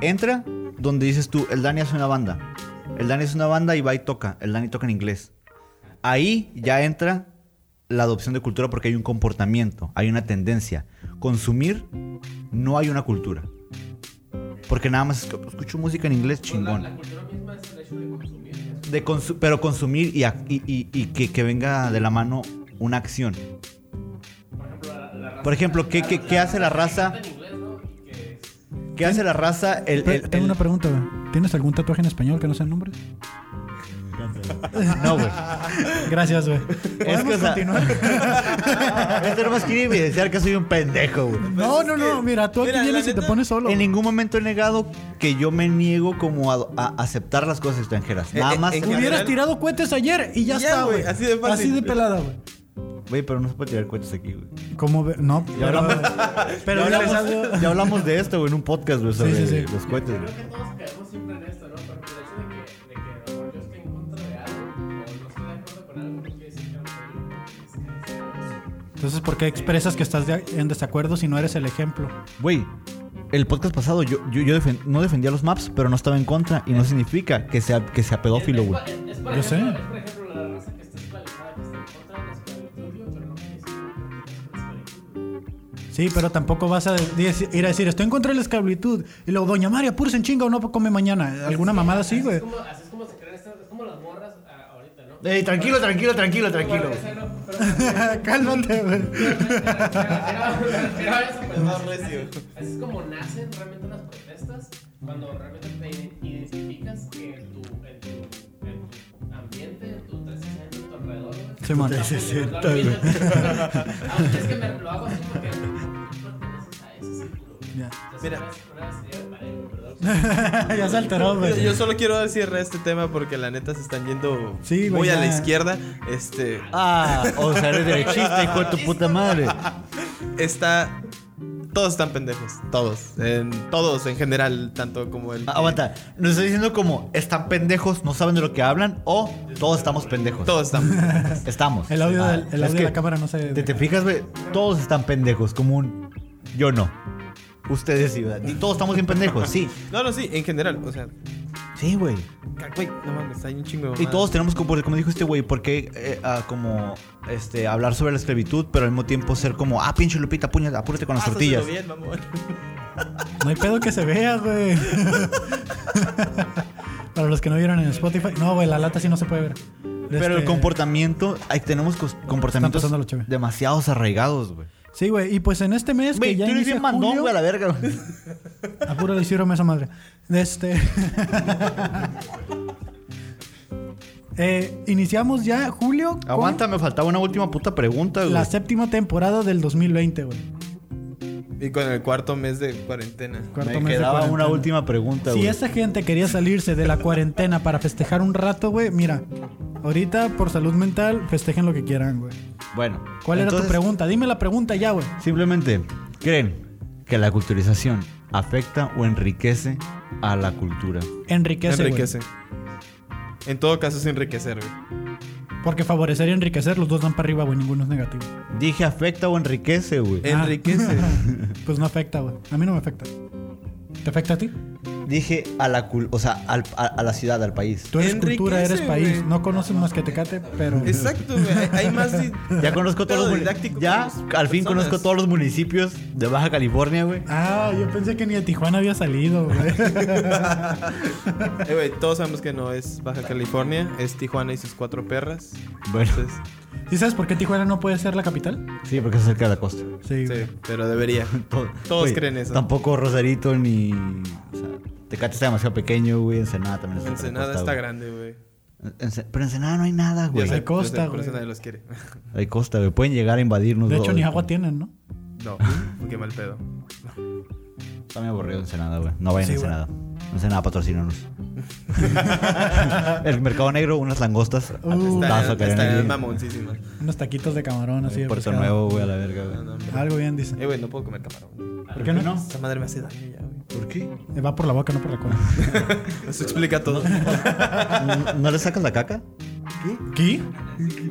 entra donde dices tú, el Dani hace una banda. El Dani es una banda y va y toca. El Dani toca en inglés. Ahí ya entra la adopción de cultura porque hay un comportamiento, hay una tendencia. Consumir no hay una cultura. Porque nada más escu- escucho música en inglés
La,
chingón.
la cultura misma es el hecho de consumir. es-
De consu- pero consumir y, ac- y- y- y que, que venga de la mano una acción.
Por ejemplo, la, la raza-
Por ejemplo, ¿qué- qué- qué hace la raza?
En inglés, ¿no? Y que es-
¿Qué hace la raza? El,
Pe-
el-
tengo
el-
una pregunta, güey. ¿Tienes algún tatuaje en español que no sea el nombre?
No, güey.
Gracias, güey.
Es
¿Podemos
que, o sea-
continuar?
Este no más quiere evidenciar que soy un pendejo, güey.
no,
es
no,
que-
no. Mira, tú aquí
mira, la
vienes y te
neta-
pones solo.
En
güey.
ningún momento he negado que yo me niego como a, a aceptar las cosas extranjeras. Nada
eh,
más.
en
Uy,
general-
Hubieras tirado cohetes ayer y ya,
Ya,
está,
güey,
güey.
así de fácil.
Así de pelada, güey.
Güey, pero no se puede tirar cohetes aquí, güey.
¿Cómo ve? No,
Ya
pero,
hablamos-
pero
ya,
les
hablamos,
hago-
ya hablamos de esto, güey, en un podcast, güey, sobre
sí, sí.
los
Yo
cohetes,
creo
güey.
que todos caemos siempre en esto, ¿no? Porque el hecho de que, de que a lo mejor yo estoy en contra de algo o no estoy de acuerdo con algo no quiere decir que a lo mejor yo no estoy
Entonces, ¿por qué expresas que estás de- en desacuerdo si no eres el ejemplo?
Güey, el podcast pasado yo, yo, yo defen- no defendía los maps, pero no estaba en contra. Y
Eh.
no significa que sea, que sea pedófilo, güey.
Yo
Yo
sé.
sé. Es por ejemplo la raza que está esclavizada, que está en contra de la esclavitud, yo, pero no quiere decir que es la esclavitud.
Sí, pero tampoco vas a dec- ir a decir, estoy en contra de la esclavitud. Y luego, Doña María, pura en chinga o no come mañana. Alguna mamada así,
es
güey.
como, así es como se crean estas, es como las morras ah, ahorita, ¿no?
Ey, tranquilo, tranquilo, tranquilo, tranquilo.
Cálmate, güey.
Más
Así
recio.
así es como nacen realmente las protestas, cuando realmente te identificas que en tu, en tu, en tu ambiente, en tu 360, en tu alrededor, güey,
Sí, man.
estás
sienta,
apoyando al mismo. Aunque Ah, es que me lo hago así porque no perteneces a ese círculo. güey.
Ya.
Entonces,
Mira.
una vez- una vez te digo, vale, güey, perdón.
ya se alteró,
Yo,
güey.
yo solo quiero cierrar este tema porque la neta se están yendo
Sí, güey,
muy a la
ya.
izquierda. Este
Ah, o sea, eres derechista, hijo de tu puta madre.
está todos están pendejos, todos, en, todos en general, tanto como el
Ah, Aguanta, nos está diciendo como están pendejos, no saben de lo que hablan o todos estamos pendejos.
todos están.
Estamos.
El audio,
Ah,
del- el
es
audio
que
de la cámara no se...
Te, te fijas, güey, todos están pendejos, como un yo no. Ustedes sí, ¿verdad? Y todos estamos bien pendejos, sí.
No, no, sí, en general, o sea,
Sí, güey.
ca- güey, no mames, hay un chingo
Y
de mamadas.
todos tenemos como, como dijo este güey, ¿por qué eh, ah, como este hablar sobre la esclavitud, pero al mismo tiempo ser como, ah, pinche Lupita, puña, apúrate con las
Pásaselo
tortillas?
bien, mamón.
No hay pedo que se vea, güey. Para los que no vieron en Spotify. No, güey, la lata sí no se puede ver.
Pero el
Este,
comportamiento, ahí tenemos cos- comportamientos
pasando lo chévere.
demasiados arraigados, güey.
Sí, güey. Y pues en este mes
Güey,
que ya
tú eres
inicia
bien mandón,
julio-
güey, a la verga, güey.
Apúrale, hicieron esa madre. Este. Eh, iniciamos ya julio. con
Aguanta, me faltaba una última puta pregunta, güey.
La séptima temporada del 2020, güey.
Y con el cuarto mes de cuarentena.
Cuarto
me
mes de
quedaba una
cuarentena.
última pregunta,
Si
güey.
esa gente quería salirse de la cuarentena para festejar un rato, güey, mira. Ahorita, por salud mental, festejen lo que quieran, güey.
Bueno.
¿Cuál era tu
entonces,
pregunta? Dime la pregunta ya, güey.
Simplemente, ¿creen que la culturización afecta o enriquece a la cultura?
Enriquece, güey.
enriquece. En todo caso es enriquecer, güey.
Ah. Porque favorecer y enriquecer, los dos dan para arriba, güey. Ninguno es negativo.
Dije afecta o enriquece, güey.
Ah.
Enriquece.
pues no afecta, güey. A mí no me afecta. ¿Te afecta a ti?
Dije a la cul o sea, al- a, a la ciudad, al país.
Tú eres
Enriquece,
cultura, eres país.
güey.
No conoces más que Tecate, pero.
Exacto, güey. hay- Hay más. di-
Ya conozco todos
pedo
los
didáctico
municipios. Ya
con las
al fin
personas.
conozco todos los municipios de Baja California, güey.
Ah, yo pensé que ni de Tijuana había salido, güey.
Eh, güey, todos sabemos que no es Baja California, es Tijuana y sus cuatro perras.
Bueno,
Entonces,
¿Y sabes por qué Tijuana no puede ser la capital?
sí, porque es cerca de la costa.
Sí, güey.
sí, pero debería.
Todo-
Todos creen eso.
Tampoco Rosarito ni. O sea, Tecate está demasiado pequeño, güey. Ensenada también es
Ensenada está grande, güey.
grande. Pero Ensenada no hay nada,
Ya
güey.
sé,
Hay costa,
ya sé, Por
güey.
eso nadie los quiere.
Hay costa, güey. Pueden llegar a invadirnos.
De
güey.
hecho, ni agua tienen, ¿no?
No, qué mal pedo.
Está muy aburrido Ensenada, güey. No vayan
Sí,
a
güey.
Ensenada. Ensenada, patrocínanos. El mercado negro, unas langostas. al
Uh.
putazo
Está,
que venden
está
ahí.
mamoncísima.
Unos taquitos de camarón así
En
de
Puerto
pescado.
Nuevo, güey, a la verga,
No,
güey.
no,
Algo bien dice.
Eh, güey, no puedo comer camarón.
¿Por qué no?
Esa madre me hace daño ya, güey.
¿Por qué?
Eh, Va por la boca, no por la cola.
Eso explica todo.
¿No le sacas la caca?
¿Qué?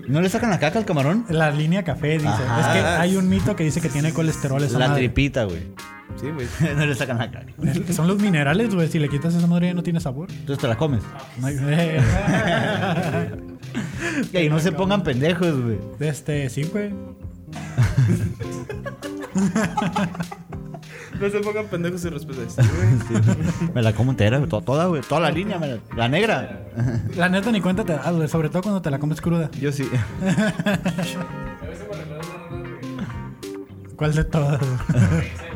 ¿No le sacan la caca al camarón?
La línea café dice.
Ajá.
Es que hay un mito que dice que tiene colesterol esa
La
madre.
tripita, güey.
Sí, güey.
no le sacan la cara.
Son los minerales, güey. Si le quitas esa madre ya no tiene sabor.
Entonces te la comes.
No hay- Eh,
Y ahí no se pongan pendejos, güey.
Este, sí, güey.
No se pongan pendejos y respeten esto.
Me la como entera, güey, to- toda, güey. Toda la línea, me la, la negra.
La neta ni cuenta te das, güey. Sobre todo cuando te la comes cruda.
Yo sí.
A veces me recuerda una rola que
¿Cuál de todas?
hice, me la comenté y hice.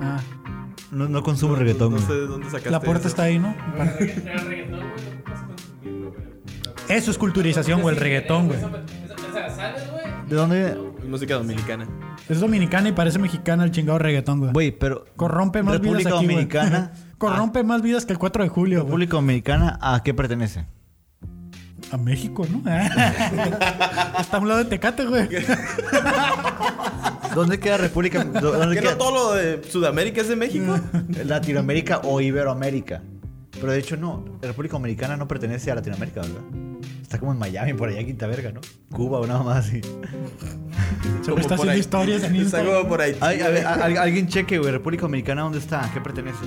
Ah,
No, no consumo reggaetón,
No sé
güey.
de dónde sacaste
la puerta
eso.
está ahí, ¿no?
Pero el reggaetón, güey, no puedes consumirlo, güey.
Eso es culturización, güey, el reggaetón, güey.
Esa- esa- Esa sales, güey.
¿De dónde?
Pues Música dominicana.
Es dominicana y parece mexicana el chingado reggaetón, güey.
Güey, pero.
Corrompe más
República
vidas aquí, güey.
Dominicana.
Corrompe más vidas que el 4 de julio, güey.
República Dominicana, ¿a qué pertenece?
A México, ¿no? Está a un lado de Tecate, güey.
¿Dónde queda República do- dónde
¿Que no
queda
todo lo de Sudamérica es de México?
Mm. Latinoamérica o Iberoamérica? Pero de hecho, no. República Dominicana no pertenece a Latinoamérica, ¿verdad? Está como en Miami, por allá, Quinta Verga, ¿no? Cuba, una más así.
Siempre está haciendo historias en
Está
Instagram.
como por ahí.
Ay, a ver, ah, a- a- alguien cheque, güey. República Dominicana, ¿dónde está? ¿A qué pertenece?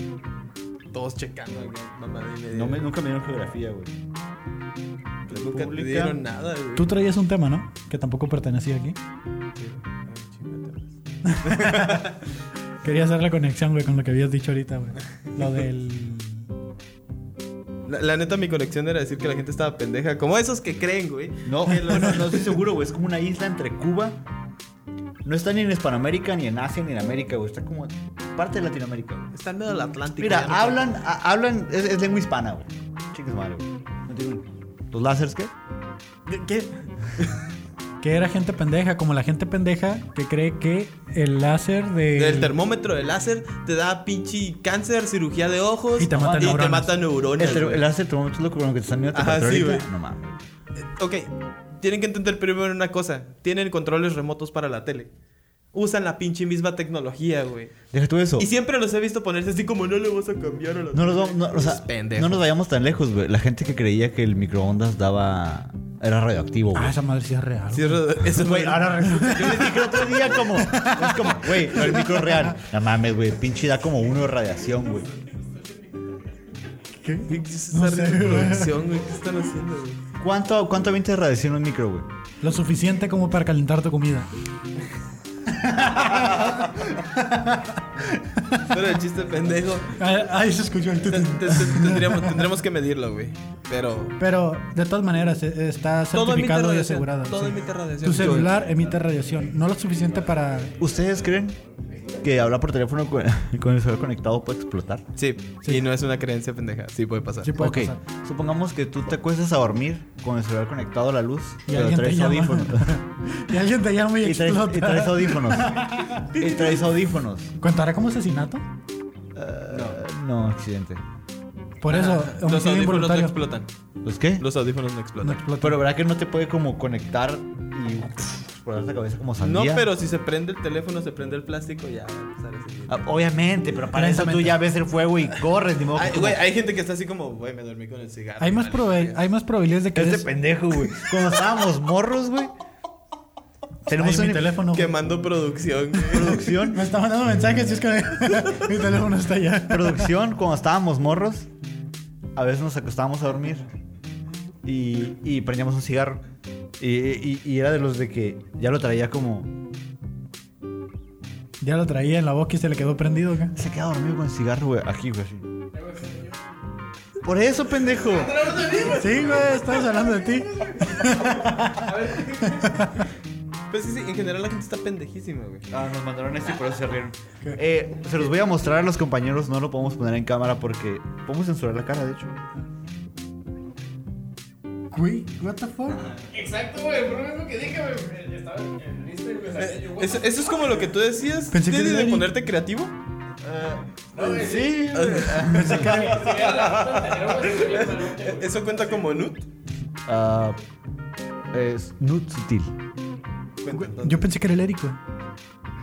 Todos checando, güey, mamá. y media.
No me- nunca me dieron geografía, güey.
Nunca te
República.
dieron nada, güey.
Tú traías un tema, ¿no? Que tampoco pertenecía aquí.
Ay, chingate.
Quería hacer la conexión, güey, con lo que habías dicho ahorita, güey. Lo del...
La, la neta, mi conexión era decir que la gente estaba pendeja. Como esos que creen, güey.
No, no, no, no estoy seguro, güey. Es como una isla entre Cuba. No está ni en Hispanoamérica, ni en Asia, ni en América, güey. Está como parte de Latinoamérica, güey.
Está en medio del Atlántico.
Mira,
ya no-
hablan, a- hablan, es, es lengua hispana, güey. Chicas madre, güey. No tienen- ¿Los lásers qué?
¿Qué? qué?
Que era gente pendeja, como la gente pendeja que cree que el láser de...
El termómetro de láser te da pinche cáncer, cirugía de ojos
Y te mata neuronas.
mata neuronas,
El, ter-
güey.
el láser termómetro es lo que, con lo que te están viendo
Ajá,
temperatura
sí,
ahorita.
güey.
No mames.
Ok, tienen que entender primero una cosa. Tienen controles remotos para la tele. Usan la pinche misma tecnología, güey.
Deja tú eso.
Y siempre los he visto ponerse así como no le vas a cambiar a la
No nos, vamos- no, o sea,
Es pendejo.
no nos vayamos tan lejos, güey. La gente que creía que el microondas daba. Era radioactivo, güey.
Ah, esa madre sí es real.
Sí, eso- eso
Güey,
fue-
ahora resulta. Yo les dije el otro día como. Es como, güey, no el micro real. No mames, güey. Pinche da como uno de radiación, güey.
¿Qué?
¿Qué es
No
esa
sé,
reproducción, güey? ¿Qué están haciendo, güey?
¿Cuánto, cuánto avienta de radiación un micro, güey?
Lo suficiente como para calentar tu comida.
Pero el chiste pendejo.
Ah, Ahí se escuchó el...
Te-
tutum.
te- te- Tendríamos, tendremos que medirlo, güey. Pero.
Pero de todas maneras e- está
Todo emite
certificado y
radiación,
asegurado.
todo emite radiación.
Tu celular emite radiación, no lo suficiente para
¿Ustedes creen que hablar por teléfono con, con el celular conectado puede explotar?
Sí, y no es una creencia pendeja. Sí, puede pasar.
Sí puede
ok,
pasar.
supongamos que tú te acuestas a dormir con el celular conectado a la luz,
Y
pero
alguien te
traes
llama.
audífonos.
Y alguien te llama y,
y, traes,
explota.
y traes audífonos. y traes audífonos.
¿Contará como asesinato?
Eh, no, accidente.
Por eso,
Los
homicidio
audífonos no
involuntario.
explotan.
¿Los qué?
Los audífonos no
No
explotan.
explota.
Pero ¿verdad que no te puede como conectar y pff, por la cabeza como
No,
sandía?
pero si se prende el teléfono, se prende el plástico, ya va a empezar a seguir.
Ah, Obviamente, pero para eso tú
Lentamente.
ya ves el fuego y corres, ni modo. que
Ay,
como-
güey, hay gente que está así como, güey, me dormí con el cigarro.
hay, más
Vale,
proba-
verga.
hay más probabilidades de que...
Este
eres-
pendejo, güey. Cuando estábamos morros, güey. Tenemos
Ay, mi
una
teléfono. güey.
Quemando producción. güey.
producción.
Me está mandando mensajes y es que mi teléfono está allá.
producción, cuando estábamos morros, a veces nos acostábamos a dormir y, y prendíamos un cigarro. Y, y- y era de los de que ya lo traía como.
Ya lo traía en la boca y se le quedó prendido acá.
Se queda dormido con el cigarro, güey. Aquí, güey, así. Por eso, pendejo.
Sí, güey, estamos hablando de ti.
Pues sí, sí, en general la gente está pendejísima, güey.
Ah, nos mandaron este y por eso se rieron. Eh, se los voy a mostrar a los compañeros. No lo podemos poner en cámara porque podemos censurar la cara, de hecho.
Güey, what the fuck?
Exacto, güey, por lo mismo que dije, güey. eh, Estaba en en Instagram y me saqué yo, güey.
Eh, Eso, eso es como lo que tú decías.
Pensé que
Tienes
era
de
Eric.
ponerte creativo.
Sí,
Pensé que-
Eh, Eso cuenta como nut.
Ah, es Nut Sutil.
Cuenta,
Yo pensé que era el Eric, güey.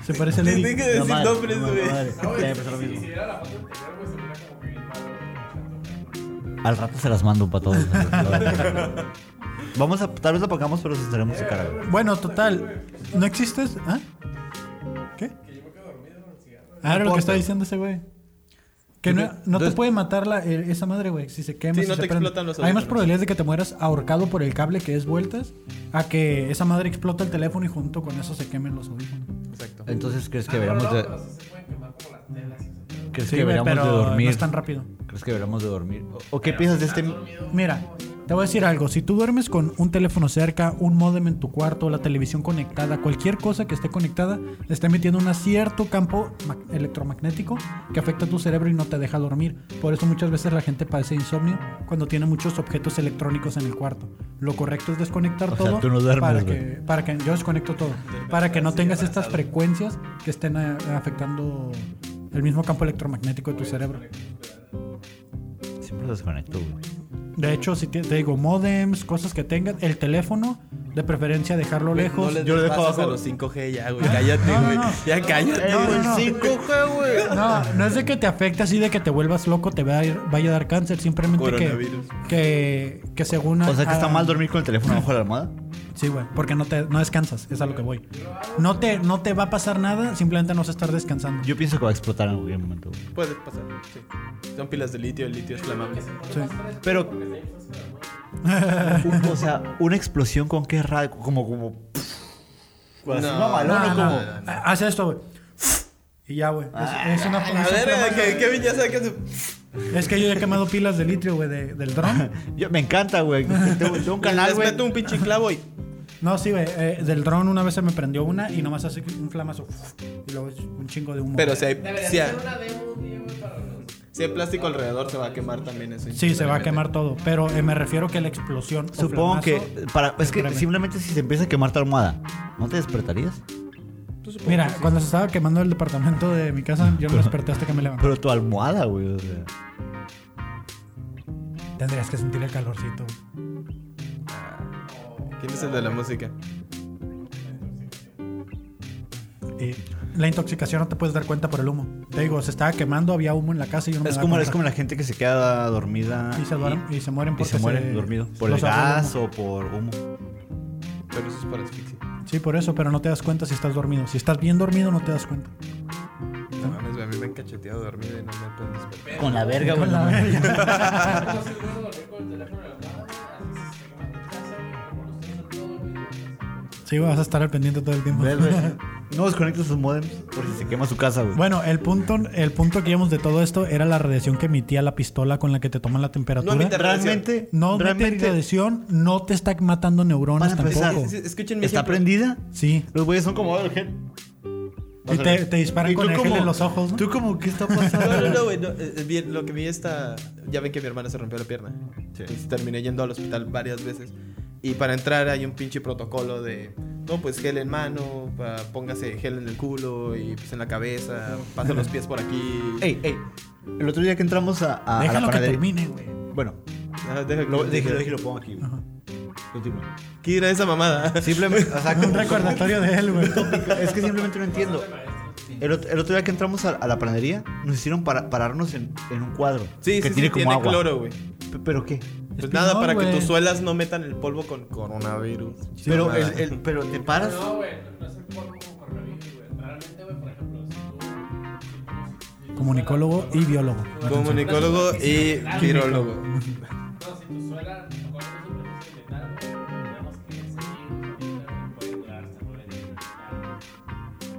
Se parece al Eric.
Tiene que decir
madre,
nombres,
no,
güey. Ah,
madre. Ya empezó lo
Si
mismo.
si era la foto anterior, güey, se veía como que bien malo. güey.
Al rato se las mando para todos. Vamos a, tal vez la pongamos, pero censuraremos su cara. güey.
Bueno, total. ¿No existes? ¿Ah? ¿Qué? Ah, era lo que
importa.
está diciendo ese güey. Que
Tú
no,
que-
no te
entonces-
puede matar la- eh, esa madre, güey. Si se quema,
Sí,
si
no
se
te
prende.
explotan los
Hay más
audífonos.
probabilidades de que te mueras ahorcado por el cable que es vueltas a que esa madre explota el teléfono y junto con eso se quemen los audífonos.
Exacto.
Entonces, ¿crees
Ah,
que
no,
deberíamos
no,
de,
pero sí se pueden quemar como las telas. y eso.
¿crees
Sí,
que
güey,
deberíamos
pero
de
no
dormir?
es tan rápido.
¿Crees que deberíamos de dormir? ¿O, o qué piensas de este...?
Mira, te voy a decir algo. Si tú duermes con un teléfono cerca, un módem en tu cuarto, la televisión conectada, cualquier cosa que esté conectada, le está emitiendo un cierto campo ma- electromagnético que afecta a tu cerebro y no te deja dormir. Por eso muchas veces la gente padece insomnio cuando tiene muchos objetos electrónicos en el cuarto. Lo correcto es desconectar
O sea,
todo
tú no duermes,
para
güey.
que para que yo desconecto todo, para que no tengas estas frecuencias que estén eh, afectando el mismo campo electromagnético de tu cerebro.
Siempre lo desconecto, güey.
De hecho, si te, te digo modems, cosas que tengan, el teléfono, de preferencia dejarlo lejos.
Yo lo dejo
dejo
abajo. a los 5G ya, güey. Cállate,
No, no,
güey.
no.
Ya cállate,
No, no,
güey.
no. No, no es de que te afecte así, de que te vuelvas loco, te vaya, vaya a dar cáncer, simplemente que,
Coronavirus.
que, que según...
O sea, que está
ah,
mal dormir con el teléfono bajo la almohada.
Sí, güey, porque no, te, no descansas, es a lo que voy. No te, no te va a pasar nada, simplemente no vas a estar descansando.
Yo pienso que va a explotar en algún momento, güey.
Puede pasar, sí. Son pilas de litio, el litio es flamable.
Sí.
Pero, un- o sea, una explosión con qué radio, como, como,
No,
No, no,
no,
no. Haz esto, güey. Y ya, güey. Es, es una...
Ah, A
es otra
ver, eh,
madre.
que Kevin ya saca su.
Es que yo ya he quemado pilas de litio, güey, de- del dron.
Yo- me encanta, güey. Tengo, tengo un canal,
Les
güey.
meto un pinche clavo y.
No, sí, güey. eh, del dron una vez se me prendió una y nomás hace un flamazo. uf, Y luego es un chingo de humo.
Pero si hay,
Debería
si hay-
ser una demo un día, güey, para los.
si hay plástico alrededor, se va a quemar también eso.
Sí, se va a quemar todo. Pero eh, me refiero que la explosión. o
Supongo
flamazo-
que, para, es que
Espérame.
simplemente si se empieza a quemar tu almohada, ¿no te despertarías?
Mira, cuando se estaba quemando el departamento de mi casa, yo me desperté hasta que me levanté.
Pero tu almohada, güey, o sea.
Tendrías que sentir el calorcito. güey.
¿Quién es el de la música?
Eh, la intoxicación no te puedes dar cuenta por el humo. Te digo, se estaba quemando, había humo en la casa y yo no me
Es
daba
como,
cuenta.
es como la gente que se queda dormida
Y se, duerm- y se mueren
y
porque
se muere dormido por el
los agarra
gas
humo.
o por humo.
Pero eso es por asfixia.
Sí, por eso, pero no te das cuenta si estás dormido. Si estás bien dormido, no te das cuenta.
No mames, güey, a mí me han cacheteado dormido y no me pueden despertar.
Con la verga,
Con la verga.
No se puede dormir con el teléfono en la mano, güey, así se quema tu casa, güey, como los tres en todo el mismo casa.
Sí, vas a estar al pendiente todo el tiempo.
¿Ves, güey? No desconectes sus modems por si se quema su casa, güey.
Bueno, el punto, el punto que íbamos de todo esto era la radiación que emitía la pistola con la que te toman la temperatura.
No
No,
emite-
realmente,
emite
realmente,
radiación, no te está matando neuronas
Para empezar,
tampoco.
Sí, sí, Escuchen mi
¿está
ejemplo.
prendida?
Sí.
Los güeyes son como, el gel.
Y te, te disparan
Y tú
con el gel
como-
en los ojos. ¿no?
Tú como, ¿qué está pasando?
No, no, no, güey. no, eh, eh, vi- lo que vi está. Ya ven que mi hermana se rompió la pierna.
Sí.
Entonces, terminé yendo al hospital varias veces. Y para entrar hay un pinche protocolo de. No, pues gel en mano, pa- póngase gel en el culo y pues en la cabeza, pasa los pies por aquí.
Ey, ey. El otro día que entramos a, Ah, a- a la
Déjalo que
panadería.
termine, güey.
Bueno,
Ah, deja que-
lo, dije, lo, dije, lo pongo aquí. güey.
Ajá.
Continúa.
¿Qué era esa mamada?
Simplemente, o sea,
Un
como-
recordatorio de él, güey.
Es que simplemente no entiendo. El, ot- el otro día que entramos a, a la panadería, nos hicieron para- pararnos en, en un cuadro.
Sí, sí,
que
sí,
tiene
tiene
como agua.
cloro, güey.
P- ¿Pero qué?
Pues
Es
nada,
pinol,
para que
güey.
tus suelas no metan el polvo con coronavirus.
pero,
Mamada.
el- el- pero te paras.
No, güey, no es el polvo como coronavirus, güey. Realmente, güey, por ejemplo, si tú- si tú-
Comunicólogo y biólogo.
Comunicólogo y virólogo.
No, si tu suela con una superficie de metal, güey, tenemos que seguir, puede durar hasta nueve días.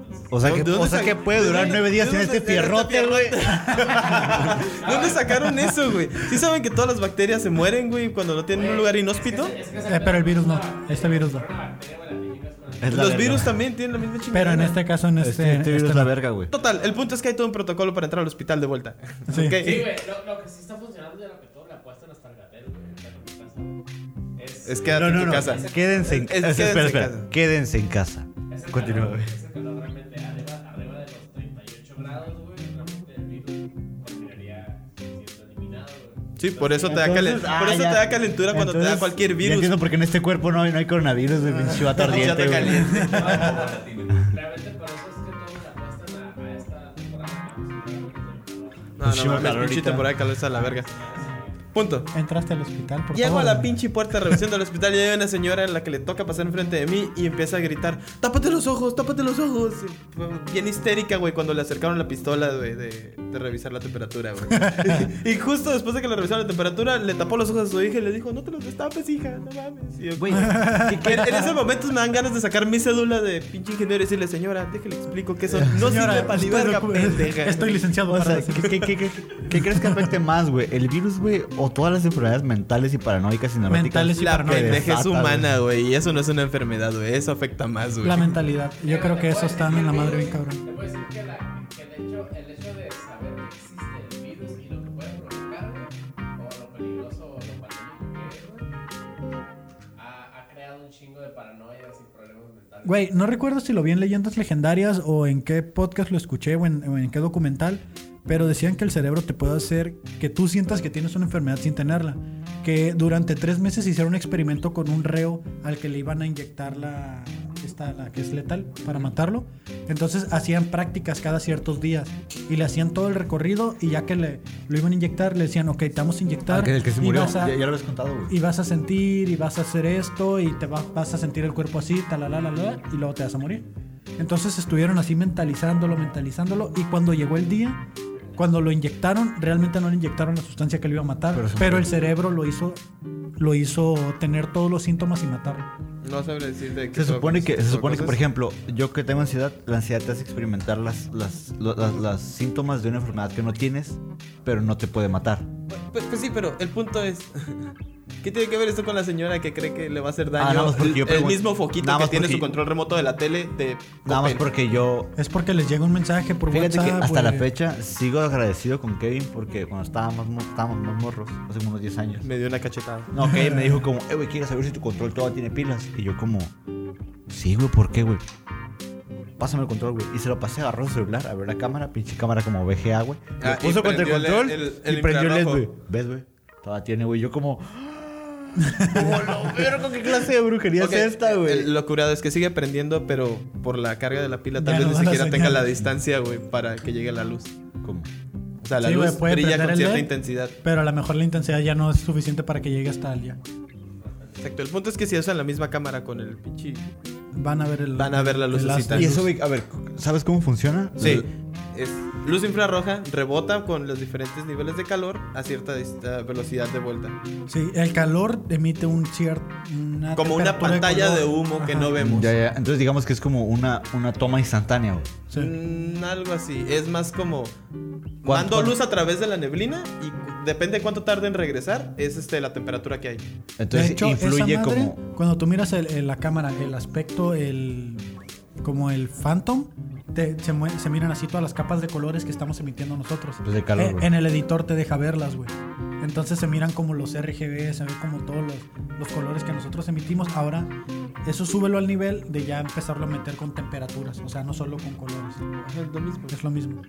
Entonces,
O sea, que,
¿De dónde
o sea
sa-
que puede
de
durar
dónde-
nueve días
de
en
dónde
este
sacaron esta
pierrote, güey.
¿Dónde sacaron eso, güey? ¿Sí saben que todas las bacterias se mueren, güey, cuando no tienen un lugar inhóspito?
es que se
Eh, pero el virus no. Este virus no.
agarra una bacteria, güey, la eliminas con el-
Es la
Los
verga.
virus también tienen la misma chingada.
Pero en este caso, en este.
Este, este virus
este
es la
no.
verga, güey.
Total, el punto es que hay todo un protocolo para entrar al hospital de vuelta.
Sí.
Ok.
Sí, güey, lo, lo que sí está funcionando y a lo que todos le apuestan hasta el gatel, güey, hasta con mi casa, güey, es,
Es quédate
No, no,
en tu
no.
casa.
Quédense en
Es- es
casa. Espera,
quédense
espera.
en casa.
Quédense en casa.
es el
Continúa,
calor,
güey.
es el calor realmente arriba, arriba de los 38 grados, güey, realmente el virus terminaría siendo eliminado, güey.
Sí, por eso te da,
Entonces,
calen- por
ah,
eso
ya.
te da calentura cuando te da
Entonces,
cualquier
Ya
virus.
entiendo porque en este cuerpo no hay, no hay coronavirus, güey. pinche vato ardiente,
Chato
güey.
caliente.
Realmente por eso es que todos le apuestan a, a esta temporada.
No, no,
Muchísimo calor
mames, pinche
ahorita.
temporada de calor está la verga. Punto.
Entraste al hospital, por
Llego
favor.
a la pinche puerta de revisión del hospital y hay una señora en la que le toca pasar enfrente de mí y empieza a gritar, tápate los ojos, tápate los ojos. Y fue Bien histérica, güey, cuando le acercaron la pistola, güey, de, de revisar la temperatura, güey. y justo después de que le revisaron la temperatura, le tapó los ojos a su hija y le dijo, no te los destapes, hija, no mames. Y yo,
Güey,
en, en esos momentos me dan ganas de sacar mi cédula de pinche ingeniero y decirle, señora, déjale explico que eso no
Señora,
sirve para ni
usted
verga,
docu-
pendeja.
Estoy licenciado
O
para
sea,
decir-
¿qué, qué- qué- qué- qué crees que afecte más, güey? ¿El virus, güey? ¿O todas las enfermedades mentales y paranoicas y neuróticas?
Mentales y
La
paranoia.
pendeja es
Desata,
humana, güey. Y eso no es una enfermedad, güey. Eso afecta más, güey.
La mentalidad. Yo creo que eso está en la madre bien
Te
cabrón.
puedo decir que, la, que el, hecho, el hecho de saber que existe el virus y lo que puede provocar, güey, o lo peligroso o lo pandémico que es, güey, ha, ha creado un chingo de paranoias y problemas mentales.
Güey, no recuerdo si lo vi en Leyendas Legendarias o en qué podcast lo escuché o en, o en qué documental, pero decían que el cerebro te puede hacer que tú sientas que tienes una enfermedad sin tenerla. Que durante tres meses hicieron un experimento con un reo al que le iban a inyectar la, esta, la que es letal para matarlo. Entonces hacían prácticas cada ciertos días y le hacían todo el recorrido y ya que le, lo iban a inyectar, le decían, ok, te vamos a inyectar.
Ah, que el que se
y
murió.
vas a-
Ya, ya lo habías contado, güey.
y vas a sentir y vas a hacer esto y te va- vas a sentir el cuerpo así, talalala, y luego te vas a morir. Entonces estuvieron así mentalizándolo, mentalizándolo y cuando llegó el día, cuando lo inyectaron, realmente no le inyectaron la sustancia que lo iba a matar,
Pero
pero,
se
el
murió.
cerebro lo hizo lo hizo tener todos los síntomas y matarlo.
No sabe decir de qué
Se supone que, se
tipo de
supone que, por
cosas.
ejemplo, yo que tengo ansiedad, la ansiedad te hace experimentar las, las, lo- las, las síntomas de una enfermedad que no tienes, pero no te puede matar.
Pues, pues sí, pero el punto es. ¿Qué tiene que ver esto con la señora que cree que le va a hacer daño?
Ah, nada más porque
el,
yo
el
pregunto-
mismo foquito
nada
que
más
tiene
porque-
su control remoto de la tele de
Nada más
Coppel.
porque yo...
Es porque les llega un mensaje por
Fíjate
WhatsApp.
que hasta la
güey.
fecha sigo agradecido con Kevin porque cuando estábamos, mo- estábamos más morros, hace como unos 10 años.
me dio una cachetada.
No, Kevin me dijo como, eh, güey, ¿quieres saber si tu control todavía tiene pilas? Y yo como, sí, güey, ¿por qué, güey? Pásame el control, güey. Y se lo pasé, agarró su celular, abrió la cámara, pinche cámara como VGA, güey. Lo
Ah, y
puso contra el
prendió el-
control
el- el
y prendió el LED,
infrarrojo.
güey. ¿Ves, güey? Todavía tiene, güey. Yo como... como lo vergo, ¿qué clase de brujería
Ok,
es esta, güey?
el- Lo curado es que sigue prendiendo, pero por la carga de la pila,
Ya
tal vez
no
ni
da la
siquiera tenga
señal.
la distancia, güey, para que llegue la luz.
¿Cómo?
O sea, la
Sí, güey,
luz
puede
brilla
prender
con
el
cierta
E
LED.
intensidad.
Pero a lo mejor la intensidad ya no es suficiente para que llegue hasta el día.
Exacto. El punto es que si usan la misma cámara con el pinche.
Van a ver el
Van a ver la
el
lucecita.
haz de
Y
luz.
eso, güey, a ver, ¿sabes cómo funciona?
Sí. Es luz infrarroja, rebota con los diferentes niveles de calor a cierta dis- a velocidad de vuelta.
Sí, el calor emite un cierto
Ah,
Como una pantalla de humo que no vemos.
Ya, ya. Entonces digamos que es como una, una toma instantánea, güey.
Mm, algo así. Es más como.
¿Cuánto-
Mando luz a través de la neblina y cu- depende de cuánto tarde en regresar, es este, la temperatura que hay.
Entonces
de hecho,
influye
esa madre,
como...
Cuando tú miras el- el- la cámara, el aspecto, el como el Phantom, te- se, mue- se miran así todas las capas de colores que estamos emitiendo nosotros.
Pues de calor,
Eh,
güey.
en el editor te deja verlas, güey. Entonces se miran como los RGB, se ven como todos los, los colores que nosotros emitimos. Ahora, eso súbelo al nivel de ya empezarlo a meter con temperaturas, o sea, no solo con colores. Es lo mismo.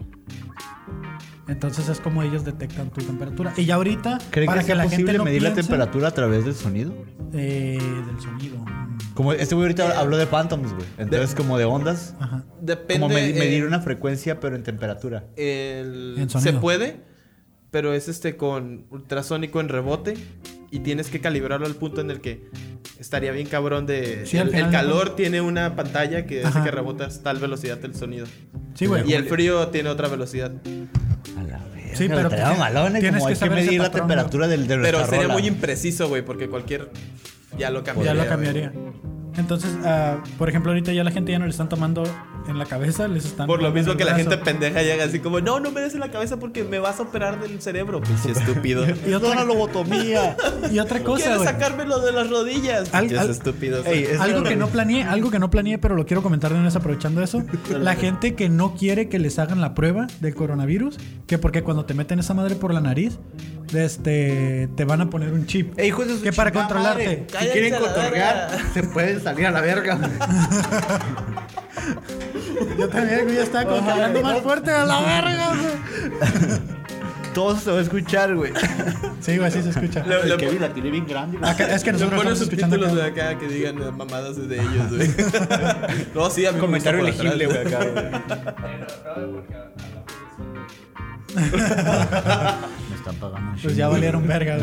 Entonces es como ellos detectan tu temperatura. Y ya ahorita,
¿Creen
para
que, sea
gente
posible
no
medir la
piense,
temperatura a través del sonido?
eh, del sonido. mm,
Como este güey ahorita habló de phantoms, güey. Entonces, como de ondas.
Ajá.
Depende.
Como me-
eh,
medir una frecuencia, pero en temperatura.
el-
En
se
sonido.
puede, pero es este con ultrasónico en rebote y tienes que calibrarlo al punto en el que estaría bien cabrón de.
Sí, al
el,
final
el
de
calor tiene una pantalla que hace
Ajá.
que rebota hasta tal velocidad del sonido.
Sí, güey.
Y el frío tiene otra velocidad.
A la verga.
Sí, pero
traía
tú-
malones,
tienes
como
que
hay que
saber ese
medir la
patrón,
temperatura del de
Pero
nuestra
sería
rola.
muy impreciso, güey, porque cualquier. Ya lo cambiaría.
Ya lo
güey.
cambiaría. Entonces, ah, por ejemplo, ahorita ya la gente ya no le están tomando en la cabeza, les están.
Por lo
tomando
mismo
el
que la
brazo.
gente pendeja llega así como, no, no me des en la cabeza porque me vas a operar del cerebro, pinche estúpido.
Y
Es una
otra,
lobotomía.
y otra cosa,
¿Quieres
güey.
sacármelo de las rodillas?
Al-
Pinches
al-
estúpidos.
Ey, es-
Algo que no planeé, algo que no planeé, pero lo quiero comentar de una vez aprovechando eso. La gente que no quiere que les hagan la prueba del coronavirus, que porque cuando te meten esa madre por la nariz, este, te van a poner un chip.
Ey, hijos de su
que para
chingada
controlarte.
madre, Si
Cállense
quieren
a la
cotorrear,
verga.
se pueden salir a la verga.
Yo también, güey, ya estaba como que hablando más fuerte a la verga, güey.
Todo se va a escuchar, güey.
Sí, güey, así se escucha.
Le- le-
la tiene bien grande. güey.
Acá- es que
le
nosotros
ponen
estamos escuchando
subtítulos de
acá.
acá que digan eh, mamadas de ellos, güey. no, sí, a mí me gusta
Comentario
por atrás.
legible, güey, acá, güey.
Pero, no, porque hablamos de eso, güey.
No
están pagando. un
Pues ya
chingo.
valieron verga.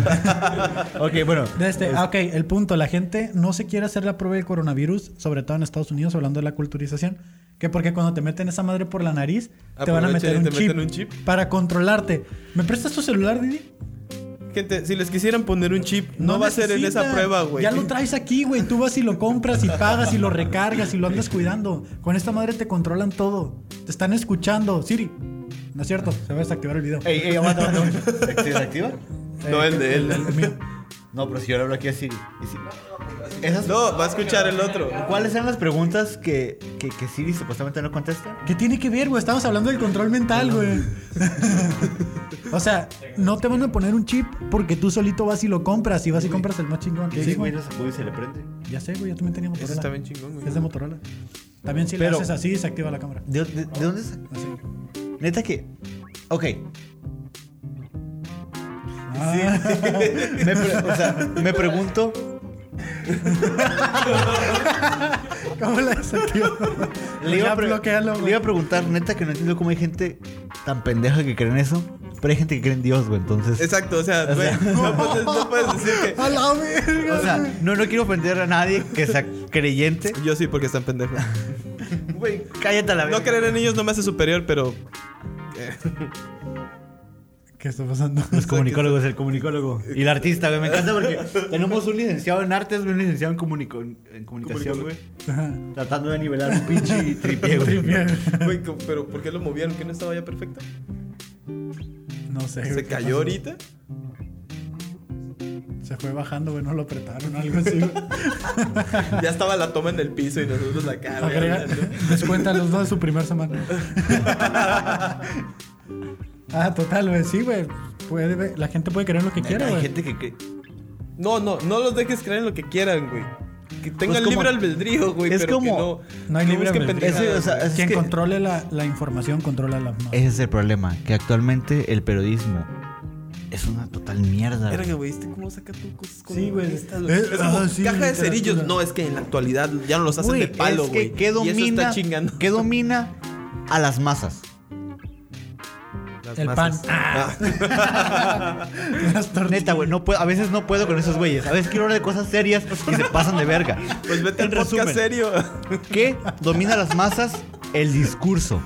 güey.
Ok, bueno.
De este, ah, ok, el punto, la gente no se quiere hacer la prueba del coronavirus, sobre todo en Estados Unidos, hablando de la culturización, que porque cuando te meten esa madre por la nariz, te van a
Aprovechan
meter
y
un,
te
chip
meten un chip.
para controlarte. ¿Me prestas tu celular, Didi?
Gente, si les quisieran poner un chip, no, va a ser en
necesitan.
esa prueba, güey.
Ya lo traes aquí, güey. Tú vas y lo compras y pagas y lo recargas y lo andas cuidando. Con esta madre te controlan todo. Te están escuchando. Siri, no es cierto, se va a desactivar el video. Eh,
Ey, ey, aguanta, aguanta. ¿Se activa- se activa?
No, el de él.
el mío.
No, pero si yo le hablo aquí así. y si- Esas-
No, va a escuchar el otro.
¿Cuáles eran las preguntas que, que, que Siri supuestamente no contesta?
¿Qué tiene que ver, güey? Estamos hablando del control mental, güey. o sea, no te van a poner un chip porque tú solito vas y lo compras y vas y compras el más chingón.
Que
Sí,
ese güey
güey.
lo sacude y se le prende.
Ya sé, güey, yo también tenía Motorola.
Eso está bien chingón, güey.
Es de Motorola. También si
Pero-
lo haces así, se activa la cámara.
¿De, de- de dónde es?
Así.
Neta que. Ok.
Ah,
Me, pre- o sea, me pregunto.
¿Cómo la desactivó? Pues
Le iba,
Ya
a pre-
bloquealo,
le
güey.
iba a preguntar, neta que no entiendo cómo hay gente tan pendeja que cree en eso. Pero hay gente que cree en Dios, güey. Entonces.
Exacto, o sea, güey, no, puedes, no puedes decir
A la verga.
O sea, no, no quiero ofender a nadie que sea creyente.
que. Yo sí, porque están pendejos.
Güey, cállate a la
No creer en ellos no me hace superior, pero.
¿Qué está pasando?
Es comunicólogo, es el comunicólogo. Y el artista, güey. Me encanta porque tenemos un licenciado en artes, güey, un licenciado en, comunico- en comunicación, güey.
Ajá.
Tratando de nivelar un pinche tripié, güey.
Güey, co- pero ¿por qué lo movieron? ¿Que no estaba ya perfecto?
No sé. güey,
¿Se
qué
cayó
pasó.
ahorita?
Se fue bajando, güey. No lo apretaron o algo así. güey.
Ya estaba la toma en el piso y nosotros la cara.
Agrega, descuenta los dos de su primer semana. ah, total, güey. Sí, güey. Puede ver- la gente puede creer en lo que quiera,
Hay
güey.
gente que cree.
No, no, no los dejes creer en lo que quieran, güey. Que tengan
como-
libre albedrío, güey.
es
pero
como-
que no,
No hay libre
busquen
albedrío.
Ese,
pendejadas,
o sea,
güey.
es
Quien
que-
controle la, la información, controla la mano.
Ese es el problema, que actualmente el periodismo es una total mierda. güey.
Verga, güey, ¿viste cómo saca tú cosas como
Sí, güey.
estas, güey?
Eh,
Es como
ah, sí,
caja de
literatura.
cerillos. No, es que en la actualidad ya no los hacen
Güey,
de palo,
es
güey.
que ¿qué
Y eso está
domina,
chingando.
¿qué domina a las masas?
Las
El
masas.
pan.
Ah.
Las tortillas.
Ah. Neta, güey, no puedo, a veces no puedo con esos güeyes. A veces quiero hablar de cosas serias y se pasan de verga.
Pues vete al
En
podcast
resumen.
serio.
¿Qué domina a las masas? El discurso.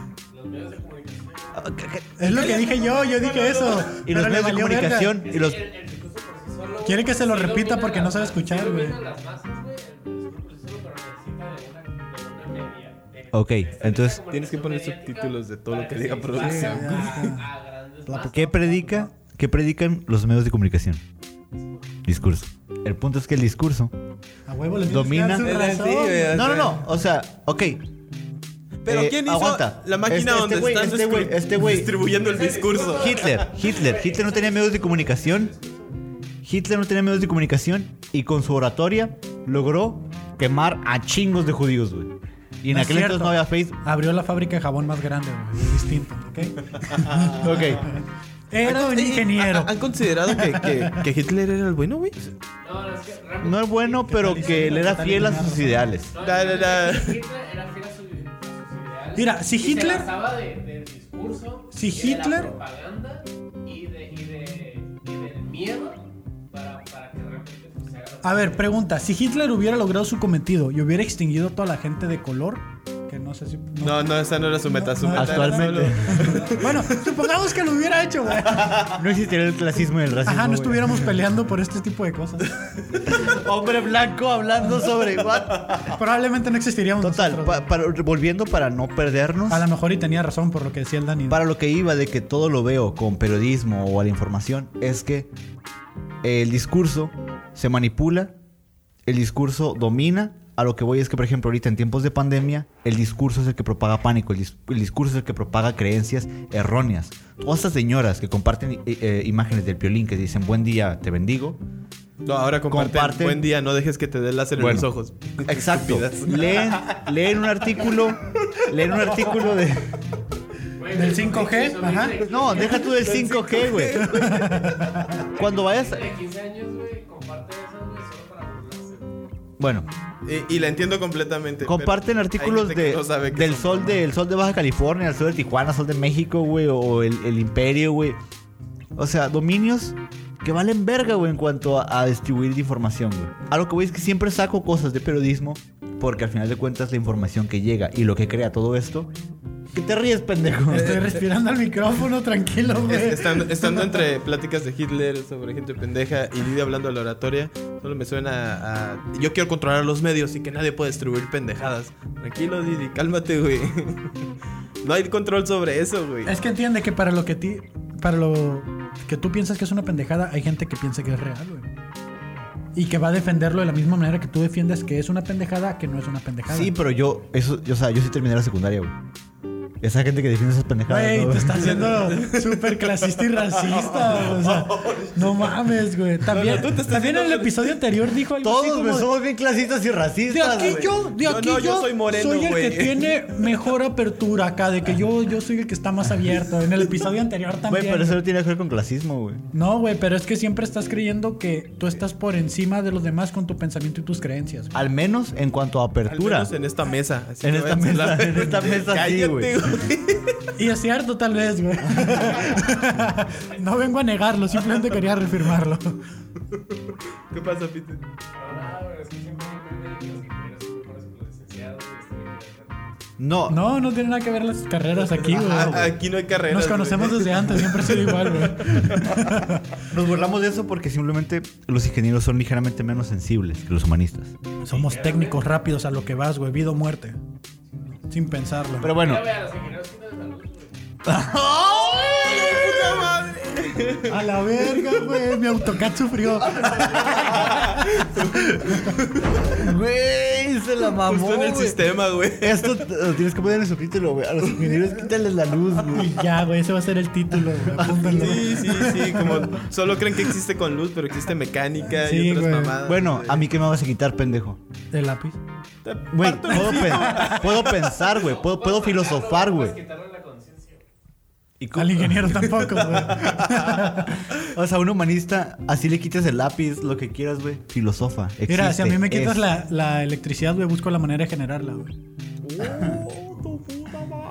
Es lo que dije yo, yo dije eso.
Y
Pero
los
le
medios de
valió verga.
comunicación y los...
El, el discurso por sí solo,
Quiere que se lo
sí
repita
dominan
porque
las
no sabe
masas,
escuchar,
sí
güey.
dominan las masas, güey, el discurso por sí solo, pero necesita de una- de una media, de-
Ok,
de esta-
entonces-
esta
Tienes que poner
comunicación
subtítulos de todo lo que
mediática
diga
para que se
producción.
pase
Sí,
a- a Ah, grandes
La-
masas.
¿Qué predica? ¿Qué predican los medios de comunicación? Discurso. El punto es que el discurso...
A huevo le
Domina.
domina.
Es así, güey.
No, no, no. O sea, ok.
Pero
Eh,
¿quién hizo
aguanta.
la máquina
Este- este
donde
güey,
están
este güey,
distribu-
este güey.
distribuyendo el discurso?
Hitler, Hitler. Hitler no tenía medios de comunicación. Hitler no tenía medios de comunicación y con su oratoria logró quemar a chingos de judíos, güey. Y en
No es
aquel entonces
cierto.
no había Facebook.
Abrió la fábrica de jabón más grande, güey. es Distinto, ¿ok?
Ok.
Era un
Eh,
Este ingeniero.
¿han- ¿Han considerado que, que- que Hitler era el bueno, güey?
No, no, es que realmente-
No es bueno, pero que él era fiel a sus ideales.
No,
Da, da, da.
Hitler era fiel a su- a sus ideales.
Mira, si
Y se
Hitler-
basaba de- del discurso,
Si
y de la
Hitler-
propaganda y, de, y, de, y del miedo para, para que realmente pues, se haga lo que-
A ver, pregunta. Si Hitler hubiera logrado su cometido y hubiera extinguido a toda la gente de color, que no sé si...
No, no, esa no era su meta. Su
No,
meta era
Actualmente.
solo-
Bueno, supongamos que lo hubiera hecho, güey.
No existiría el clasismo y el racismo.
Ajá, no
güey.
estuviéramos peleando por este tipo de cosas.
Hombre blanco hablando sobre. what?
Probablemente no existiríamos
Total,
nosotros,
pa- para- volviendo para no perdernos.
güey. A lo mejor y tenía razón por lo que decía el Dani.
Para lo que iba de que todo lo veo con periodismo o a la información, es que
el discurso se manipula, el discurso domina. A lo que voy es que, por ejemplo, ahorita en tiempos de pandemia, el discurso es el que propaga pánico, el, dis- el discurso es el que propaga creencias erróneas. Todas estas señoras que comparten eh, eh, imágenes del piolín que dicen buen día, te bendigo.
No, ahora comparte.
Comparte.
Buen día, no dejes que te dé láser en
Bueno.
los ojos.
Exacto.
Estúpidas.
Leen, leen un artículo, leen un artículo de...
Güey,
Del
güey,
5G,
sobre
ajá.
Hitler,
No, deja tú del 5G, güey. Cuando vayas...
De 15 años, güey, comparte esas, güey, solo para burlarse. güey.
Bueno,
Y, y la entiendo completamente.
Comparten
Este, pero
artículos
hay gente que
de,
no sabe que
del
son-
sol de, el sol de Baja California, el sol de Tijuana, el sol de México, güey, o el, el imperio, güey. O sea, dominios que valen verga, güey, en cuanto a, a distribuir información, güey. A lo que voy es que siempre saco cosas de periodismo porque al final de cuentas la información que llega y lo que crea todo esto... Que te ríes, pendejo.
Eh,
Estoy respirando al micrófono, tranquilo, güey.
Es- Estando, estando entre pláticas de Hitler sobre gente pendeja y Lidia hablando de la oratoria, solo me suena a, Yo quiero controlar los medios y que nadie pueda distribuir pendejadas. Tranquilo, Didi, cálmate, güey. No hay control sobre eso, güey.
Es que entiende que para lo que ti, para lo que tú piensas que es una pendejada, hay gente que piensa que es real, güey. Y que va a defenderlo de la misma manera que tú defiendes que es una pendejada, que no es una pendejada.
Sí, pero yo, eso, yo, o sea, yo sí terminé la secundaria, güey. Esa gente que defiende esas pendejadas.
Güey,
¿no,
te
güey?
estás siendo súper clasista y racista. o sea, no mames, güey. También,
No, no, tú te estás
también en el
siendo-
episodio anterior dijo algo así
Todos
como
güey,
de-
somos bien clasistas y
De
racistas.
aquí
güey.
yo, de
Yo
aquí
no,
yo,
yo soy moreno,
soy el
güey.
que tiene mejor apertura acá, de que yo, yo soy el que está más abierto. En el episodio anterior también.
Güey, pero eso no tiene que ver con clasismo, güey.
No, güey, pero es que siempre estás creyendo que tú estás por encima de los demás con tu pensamiento y tus creencias. güey.
Al menos en cuanto a
Al
apertura.
menos en esta mesa. así
En
que
esta
váyanse a
mesa, en esta mesa sí,
Cállate,
güey.
Y es cierto, tal vez, güey. No vengo a negarlo, simplemente quería reafirmarlo.
¿Qué pasa, Peter?
Pero nada, güey, es que siempre me meme de que los ingenieros son mejores que los licenciados, güey, estoy equivocado.
No,
No, no tiene nada que ver las carreras aquí,
Ah,
güey.
aquí no hay carreras.
Nos conocemos
güey.
desde antes, siempre ha sido igual, güey.
nos burlamos de eso porque simplemente los ingenieros son ligeramente menos sensibles que los humanistas.
Somos técnicos rápidos a lo que vas, güey. Vida o muerte. Sin pensarlo.
Pero bueno.
Ya, güey, a los ingenieros sí nos saludos, güey.
A la verga, güey. Mi AutoCAD sufrió.
Güey, se la mamó.
Justo en el
güey.
sistema, güey.
Esto t- lo tienes que poner en el subtítulo, güey. A los ingenieros quítales la luz, güey.
Y ya, güey. Ese va a ser el título, güey. Apúntalo.
Sí, sí, sí. Como solo creen que existe con luz, pero existe mecánica
Sí,
y otras
güey.
mamadas.
Bueno,
güey.
a mí que me vas a quitar, pendejo.
El lápiz.
Te
Güey,
parto el
puedo,
hocico.
pen- puedo pensar, güey. Puedo, puedo filosofar,
No
güey.
puedes quitarle la conciencia, güey.
¿Y cómo-
Al ingeniero tampoco, güey.
O sea, un humanista, así le quitas el lápiz, lo que quieras, güey. Filosofa.
Mira, si a mí me
existe,
quitas
es.
la, la electricidad, güey, busco la manera de generarla, güey.
Oh,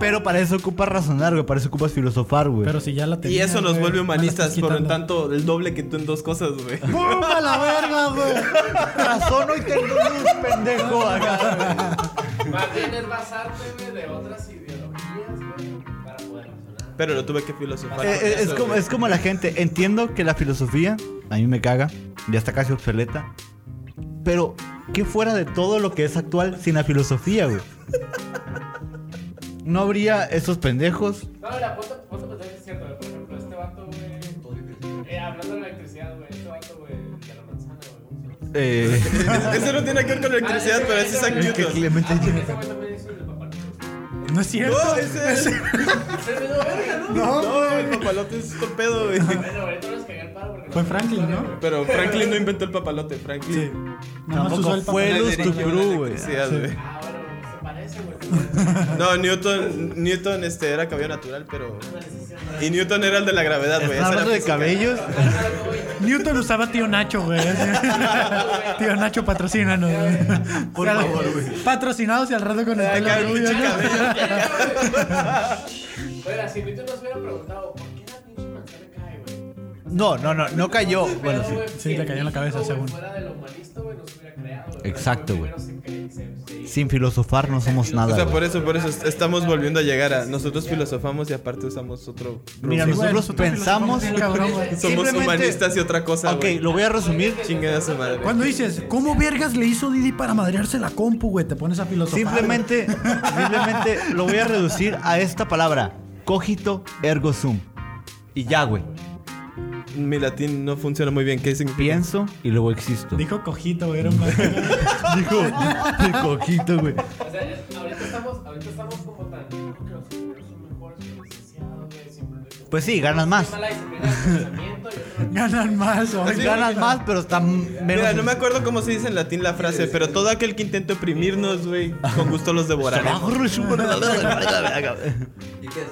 Pero para eso ocupas razonar, güey. Para eso ocupas filosofar, güey.
Pero si ya la tenía,
Y eso nos
güey, me
vuelve
la
humanistas,
estás
por lo
quitando.
tanto, el doble que tú en dos cosas, güey.
¡Pum! ¡A la verga, güey! Razono y tengo luz, pendejo. Acá,
Más bien es basarte, güey, de otras ideologías, güey, para poder razonar.
Pero lo tuve que filosofar.
güey. Eh,
con
eh, es,
eso,
como,
güey.
es como la gente. Entiendo que la filosofía, a mí me caga. Ya está casi obsoleta. Pero, ¿qué fuera de todo lo que es actual sin la filosofía, güey? No habría esos pendejos.
No, mira, ponte, ponte a pensar que es cierto, güey. Por ejemplo, este vato, güey. Eh, hablando de la electricidad, güey. Este vato, güey, de la manzana, güey. ¿cómo se llama?
Eh,
Eso no tiene que ver con electricidad,
Ah,
pero
ese
ese es
güey,
que
Newton.
Clemente.
Ah, porque ese güey también hizo el de papá.
No es cierto.
No, ese es.
Se me dio verga, ¿no?
No, el papalote es un torpedo, güey.
Bueno, ahorita nos cagué el paro porque
Fue
no-
Franklin, ¿no?
Pero Franklin no inventó el papalote,
Sí.
Franklin.
Nada más usó
Tampoco
el
fue
papel.
Luz tu crew, güey.
electricidad,
Sí.
güey.
Ah, bueno, se parece, güey.
No, Newton, Newton este, era cabello natural, pero. Y Newton era el de la gravedad, güey.
¿Estás
Esa era
hablando de
física.
cabellos?
Newton usaba tío Nacho, güey. tío Nacho, patrocínanos, güey. Por favor, güey. Patrocinados y al rato con el
Ay,
pelo
cabrón,
rubio,
pinche
¿no?
Oiga, si Newton nos hubiera preguntado, ¿por qué la pinche manzana cae, güey?
No, no, no, no cayó. Bueno, sí.
sí, le cayó en la cabeza, según.
Fuera de lo humanista, güey, nos hubiera creado. güey.
Exacto,
Fue
güey.
primero se cae- se- se-
Sin filosofar no somos nada.
O sea,
güey.
por eso, por eso est- estamos volviendo a llegar a. Nosotros filosofamos y aparte usamos otro.
Mira,
Sí,
rubro.
güey,
nosotros
nosotros filosofamos
pensamos-
bien cabrón, güey.
somos
simplemente-
humanistas y otra cosa,
Ok,
güey.
lo voy a resumir.
Chingada su madre.
Cuando dices, ¿cómo vergas le hizo Didi para madrearse la compu, güey? Te pones a filosofar.
Simplemente, simplemente lo voy a reducir a esta palabra: cogito ergo sum. Y ya, güey.
Mi latín no funciona muy bien. ¿Qué significa?
Pienso y luego existo.
Dijo cojito, güey. Era un
Dijo, el cogito, güey.
O sea, es- ahorita estamos, ahorita estamos como tan. No, que los ingenieros son mejores que los licenciados, güey. simplemente-
Pues sí, ganas más.
Una mala disciplina de pensamiento y otra-
Ganan más, güey.
Ganas más, pero está menos.
Mira, no me acuerdo cómo se dice en latín la frase, pero todo aquel que intente oprimirnos, güey, con gusto los devoraremos.
Abajo, es un verdadero-
¿Y qué, es? ¿Qué- qué-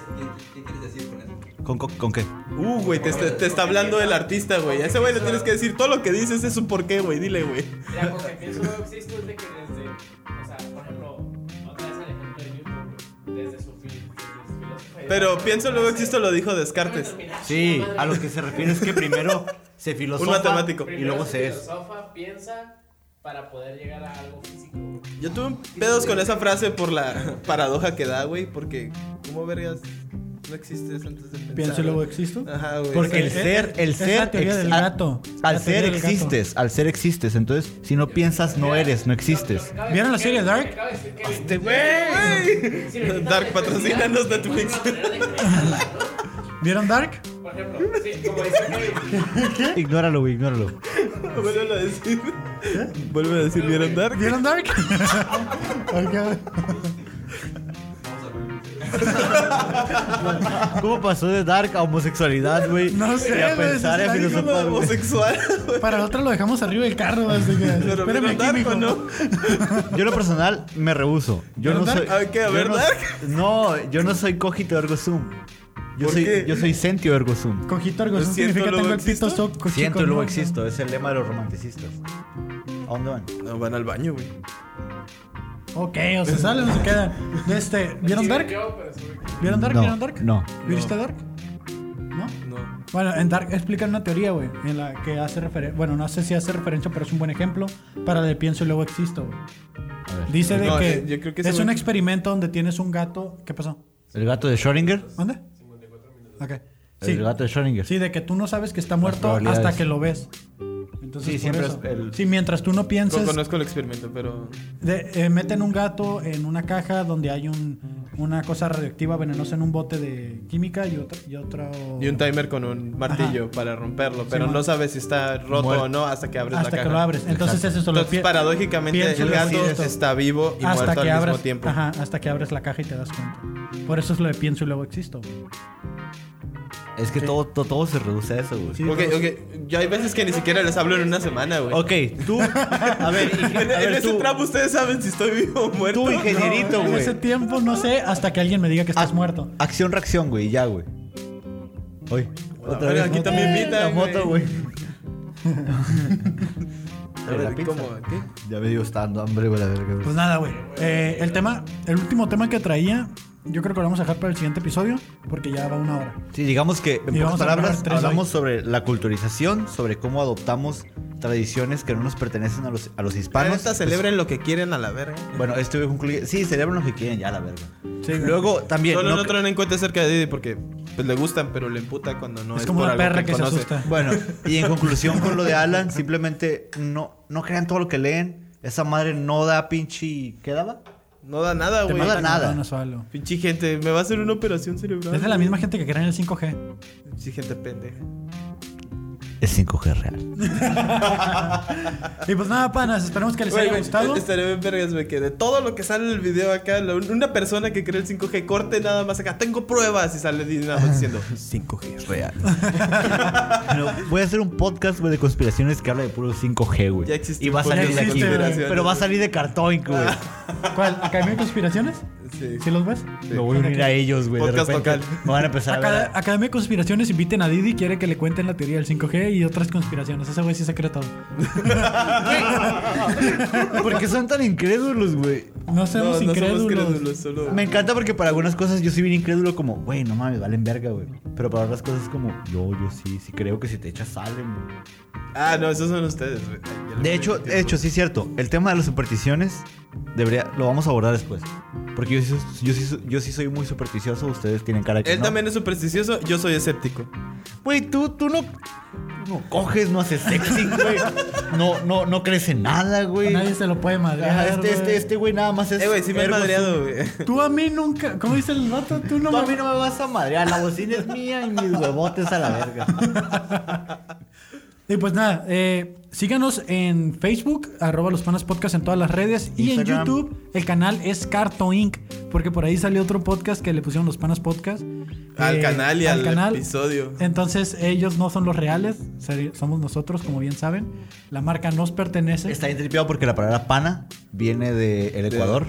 qué quieres decir con eso?
¿Con, co- con qué?
Uh, güey, te, está- te está hablando el artista, güey. A ese güey le tienes que decir todo lo que dices es un porqué, güey. Dile, güey.
Mira, porque pienso no existe desde que desde, o sea, por ejemplo, otra vez el ejemplo de Newton, güey, desde su, fil- desde su filósofo y
Pero pienso luego existo lo dijo Descartes.
Sí, a lo que se refiere es que primero se filosofa
Un matemático.
y luego se es.
Filosofa, piensa para poder llegar a algo físico.
Yo tuve pedos con esa frase por la paradoja que da, güey, porque ¿cómo vergas? No existes antes de pensar.
Pienso y luego existo.
Ajá, güey.
Porque
O sea,
El ser, el
Esa
ser
es la teoría
ex-
del
a-
gato. La
Al
teoría
ser
del gato.
existes, al ser existes. Entonces, si no piensas, no eres, no existes.
¿Vieron la serie Dark?
Este
güey. Dark, patrocínanos Netflix.
¿Vieron Dark?
Por ejemplo, sí, como dice Kevin,
Ignóralo, güey, ignóralo.
Vuelve a decir.
¿Eh?
Vuelve a decir, ¿vieron Dark?
¿Vieron Dark? Ok.
¿Cómo pasó de dark a homosexualidad, güey?
No sé,
Y a
güey,
pensar
se
y
está
a
diciendo
filosofar, güey.
Homosexual, güey.
Para la otra lo dejamos arriba del carro. Así que,
Pero
espérame
¿vieron
aquí,
Dark
mijo.
o no?
Yo en lo personal me rehuso. Yo no
¿Verdad?
soy.
Hay que
yo
haber
no-
dark.
No, yo no soy cogito ergo sum. Yo
¿Por
soy,
qué?
yo soy sentio ergo sum.
Cogito algo.
Lo
Eso
siento,
significa
luego
tengo el pito
existo.
soco.
Siento
chico,
y luego
¿no?
existo. Es el lema de los romanticistas. ¿A dónde van?
No, van al baño, güey.
Ok, o se salen o se quedan. Este, ¿Vieron
sigo
Dark?
yo, pero soy-
¿Vieron Dark?
No,
¿Vieron Dark?
no.
¿Viste
No.
Dark? ¿No?
No.
Bueno, en Dark explican una teoría, güey, en la que hace referencia. Bueno, no sé si hace referencia, pero es un buen ejemplo para el de pienso y luego existo, güey. Dice de
No,
que,
eh, yo creo que ese
es un
güey-
experimento donde tienes un gato. ¿Qué pasó?
¿El gato de Schrödinger?
¿Dónde? Ok. Sí.
El gato de Schrödinger.
Sí, de que tú no sabes que está muerto
probabilidades.
hasta que lo ves. Entonces,
Sí,
por
siempre
eso.
es el-
Sí, mientras tú no
No
pienses,
conozco el experimento, pero.
de- eh, meten un gato en una caja donde hay un, una cosa radioactiva venenosa en un bote de química y otro... Y, otro,
Y un timer con un martillo
Ajá.
para romperlo, pero
Simón.
no sabes si está roto
Muerto.
o no hasta que abres
hasta
la caja.
que lo abres. Entonces
Exacto.
es eso. lo
Entonces,
pi-
paradójicamente,
pienso
el
lo
gato
siento.
está vivo y
hasta
muerto
que
al
abres,
mismo tiempo.
Ajá, hasta que abres la caja y te das cuenta. Por eso es lo de pienso y luego existo. güey.
Es que todo, todo, todo se reduce a eso, güey.
Sí.
Ok, ok. Yo hay veces que ni siquiera les hablo en una semana, güey.
Ok, tú. A ver, y- a
En, en
ver
ese
tú.
tramo ustedes saben si estoy vivo o muerto.
Tú, ingenierito,
En
güey.
ese tiempo no sé hasta que alguien me diga que estás
Ah.
Ac-
muerto.
Acción, reacción, güey, ya, güey. Hoy. Otra
verga,
vez.
aquí también
Eh,
invitan,
La moto,
güey.
güey.
A ver, ¿cómo? ¿Qué?
Ya me dio estando hambre, güey, la verga, güey.
Pues nada, güey. Eh, el tema, el último tema que traía, yo creo que lo vamos a dejar para el siguiente episodio, porque ya va una hora.
Sí, digamos que en
Y
pocas
vamos a
palabras
hablar tres
hablamos sobre la culturización, sobre cómo adoptamos tradiciones que no nos pertenecen a los, a los
Para
hispanos.
neta celebren lo que quieren a la verga.
Pues, bueno, este güey concluye. Sí, celebran lo que quieren, ya la verga.
Sí, güey.
Luego también.
Solo
no-
no, traen en cuenta acerca de Didi porque pues, le gustan, pero le emputa cuando no es,
Es como
por
una
algo
perra que se
conoce.
asusta.
Bueno, y en conclusión con lo de Alan, simplemente no, no crean todo lo que leen. Esa madre no da pinche. ¿Qué daba?
No da nada,
Te
güey.
mata nada.
No, no solo.
Pinche gente, me va a hacer una operación cerebral.
Es de la misma gente que cree en el 5G.
Pinche gente pendeja.
Es 5G real.
Y pues nada, panas, esperemos que les
Güey,
haya
güey,
gustado.
Estaría bien vergas, güey, que de todo lo que sale en el video acá, la- una persona que cree el 5G corte nada más acá, tengo pruebas y sale Didi nada más diciendo 5G es real.
voy a hacer un podcast, güey, de conspiraciones que habla de puro 5G, güey.
Ya existe
Y va a
un
salir
podcast
de
de
aquí, güey.
conspiraciones,
Pero va a salir de cartón, güey.
¿Cuál? ¿Academia de Conspiraciones?
Sí.
¿Sí los ves?
Me voy a unir a ellos, güey. de
Podcast
repente.
local.
Me van a empezar a ver.
Acad- Academia de Conspiraciones inviten a Didi, quiere que le cuenten la teoría del 5G y otras conspiraciones. Ese güey sí se cree todo.
Porque son tan incrédulos, güey.
No
No,
seamos
no
incrédulos.
somos crédulos, solo.
Me encanta porque para algunas cosas yo soy bien incrédulo, como, güey, no mames, valen verga, güey. Pero para otras cosas, como, yo, yo sí, sí creo que si te echas salen, güey.
Ah, no, esos son ustedes, güey. Ay, ya lo
De
vi,
hecho,
tío.
de hecho, sí es cierto. El tema de las supersticiones debería, lo vamos a abordar después. Porque yo sí, so- yo sí, so- yo sí soy muy supersticioso, ustedes tienen cara que
Él
no.
también es supersticioso, yo soy escéptico.
Güey, tú, tú no, no coges, no haces sexy, güey. No, no, no crees en nada, güey.
Nadie se lo puede madrear.
Ajá, este, este,
güey.
este güey nada más es.
Eh, güey, sí me he
ergo
madreado, güey.
Tú a mí nunca. ¿Cómo dice el vato? Tú no
Tú a
me-
mí no me vas a madrear, la bocina es mía y mis huevotes a la verga.
Y pues nada, eh, síganos en Facebook, arroba los panas podcast en todas las redes y en
Instagram.
YouTube el canal es Carto Inc. Porque por ahí salió otro podcast que le pusieron los panas podcast.
Al
eh,
canal y al episodio.
Entonces ellos no son los reales, seri- somos nosotros, como bien saben. La marca nos pertenece.
Está bien tripeado porque la palabra pana viene del el Ecuador,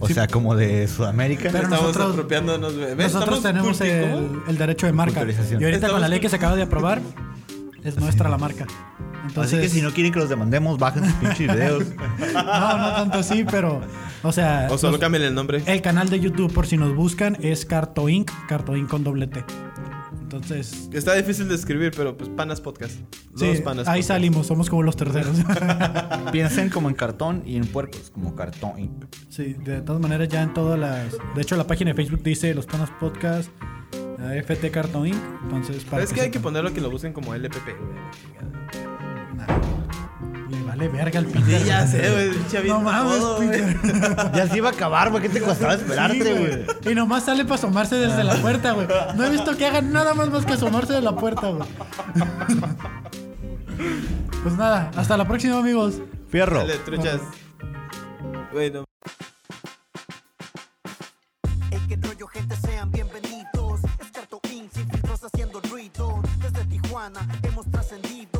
o
Sí.
sea, como de Sudamérica.
Pero
estamos
nosotros-
apropiándonos, güey. ¿Ves?
Nosotros
Estamos
tenemos
culti-
el,
¿cómo?
el derecho de marca. Y
Culturalización.
ahorita con
Estamos
la ley que se acaba de aprobar, es nuestra la marca. Entonces,
Así que si no quieren que los demandemos, bajen sus pinches videos.
no, no tanto así, pero, o sea,
O solo cambien el nombre.
el canal de YouTube, por si nos buscan, es Carto Inc. Carto Inc. con doble T. Entonces,
Está difícil de escribir, pero pues panas podcast. Los
sí,
panas.
ahí
Podcast.
salimos, somos como los terceros.
Piensen como en cartón y en puercos, como cartón.
Sí, de todas maneras ya en todas las... De hecho, la página de Facebook dice Los Panas Podcast, eh, FT Cartoon Inc. Entonces,
Pero es que hay que
sepan.
ponerlo que lo busquen como LPP, güey.
Le vale verga al
Sí,
Peter.
ya sé, Eh, güey. pinche
No
bien
mames,
todo, güey.
Peter.
Ah, Ya se iba a acabar, güey. ¿Qué te costaba esperarte,
Sí,
güey?
Y nomás sale para asomarse desde
Ah.
la puerta, güey. No he visto que hagan nada más más que asomarse de la puerta, güey. Pues nada, hasta la próxima, amigos.
Fierro.
Dale, truchas. Güey, no
Es que rollo gente sean bienvenidos. Es Carto Inc. sin filtros haciendo ruido. Desde Tijuana hemos trascendido.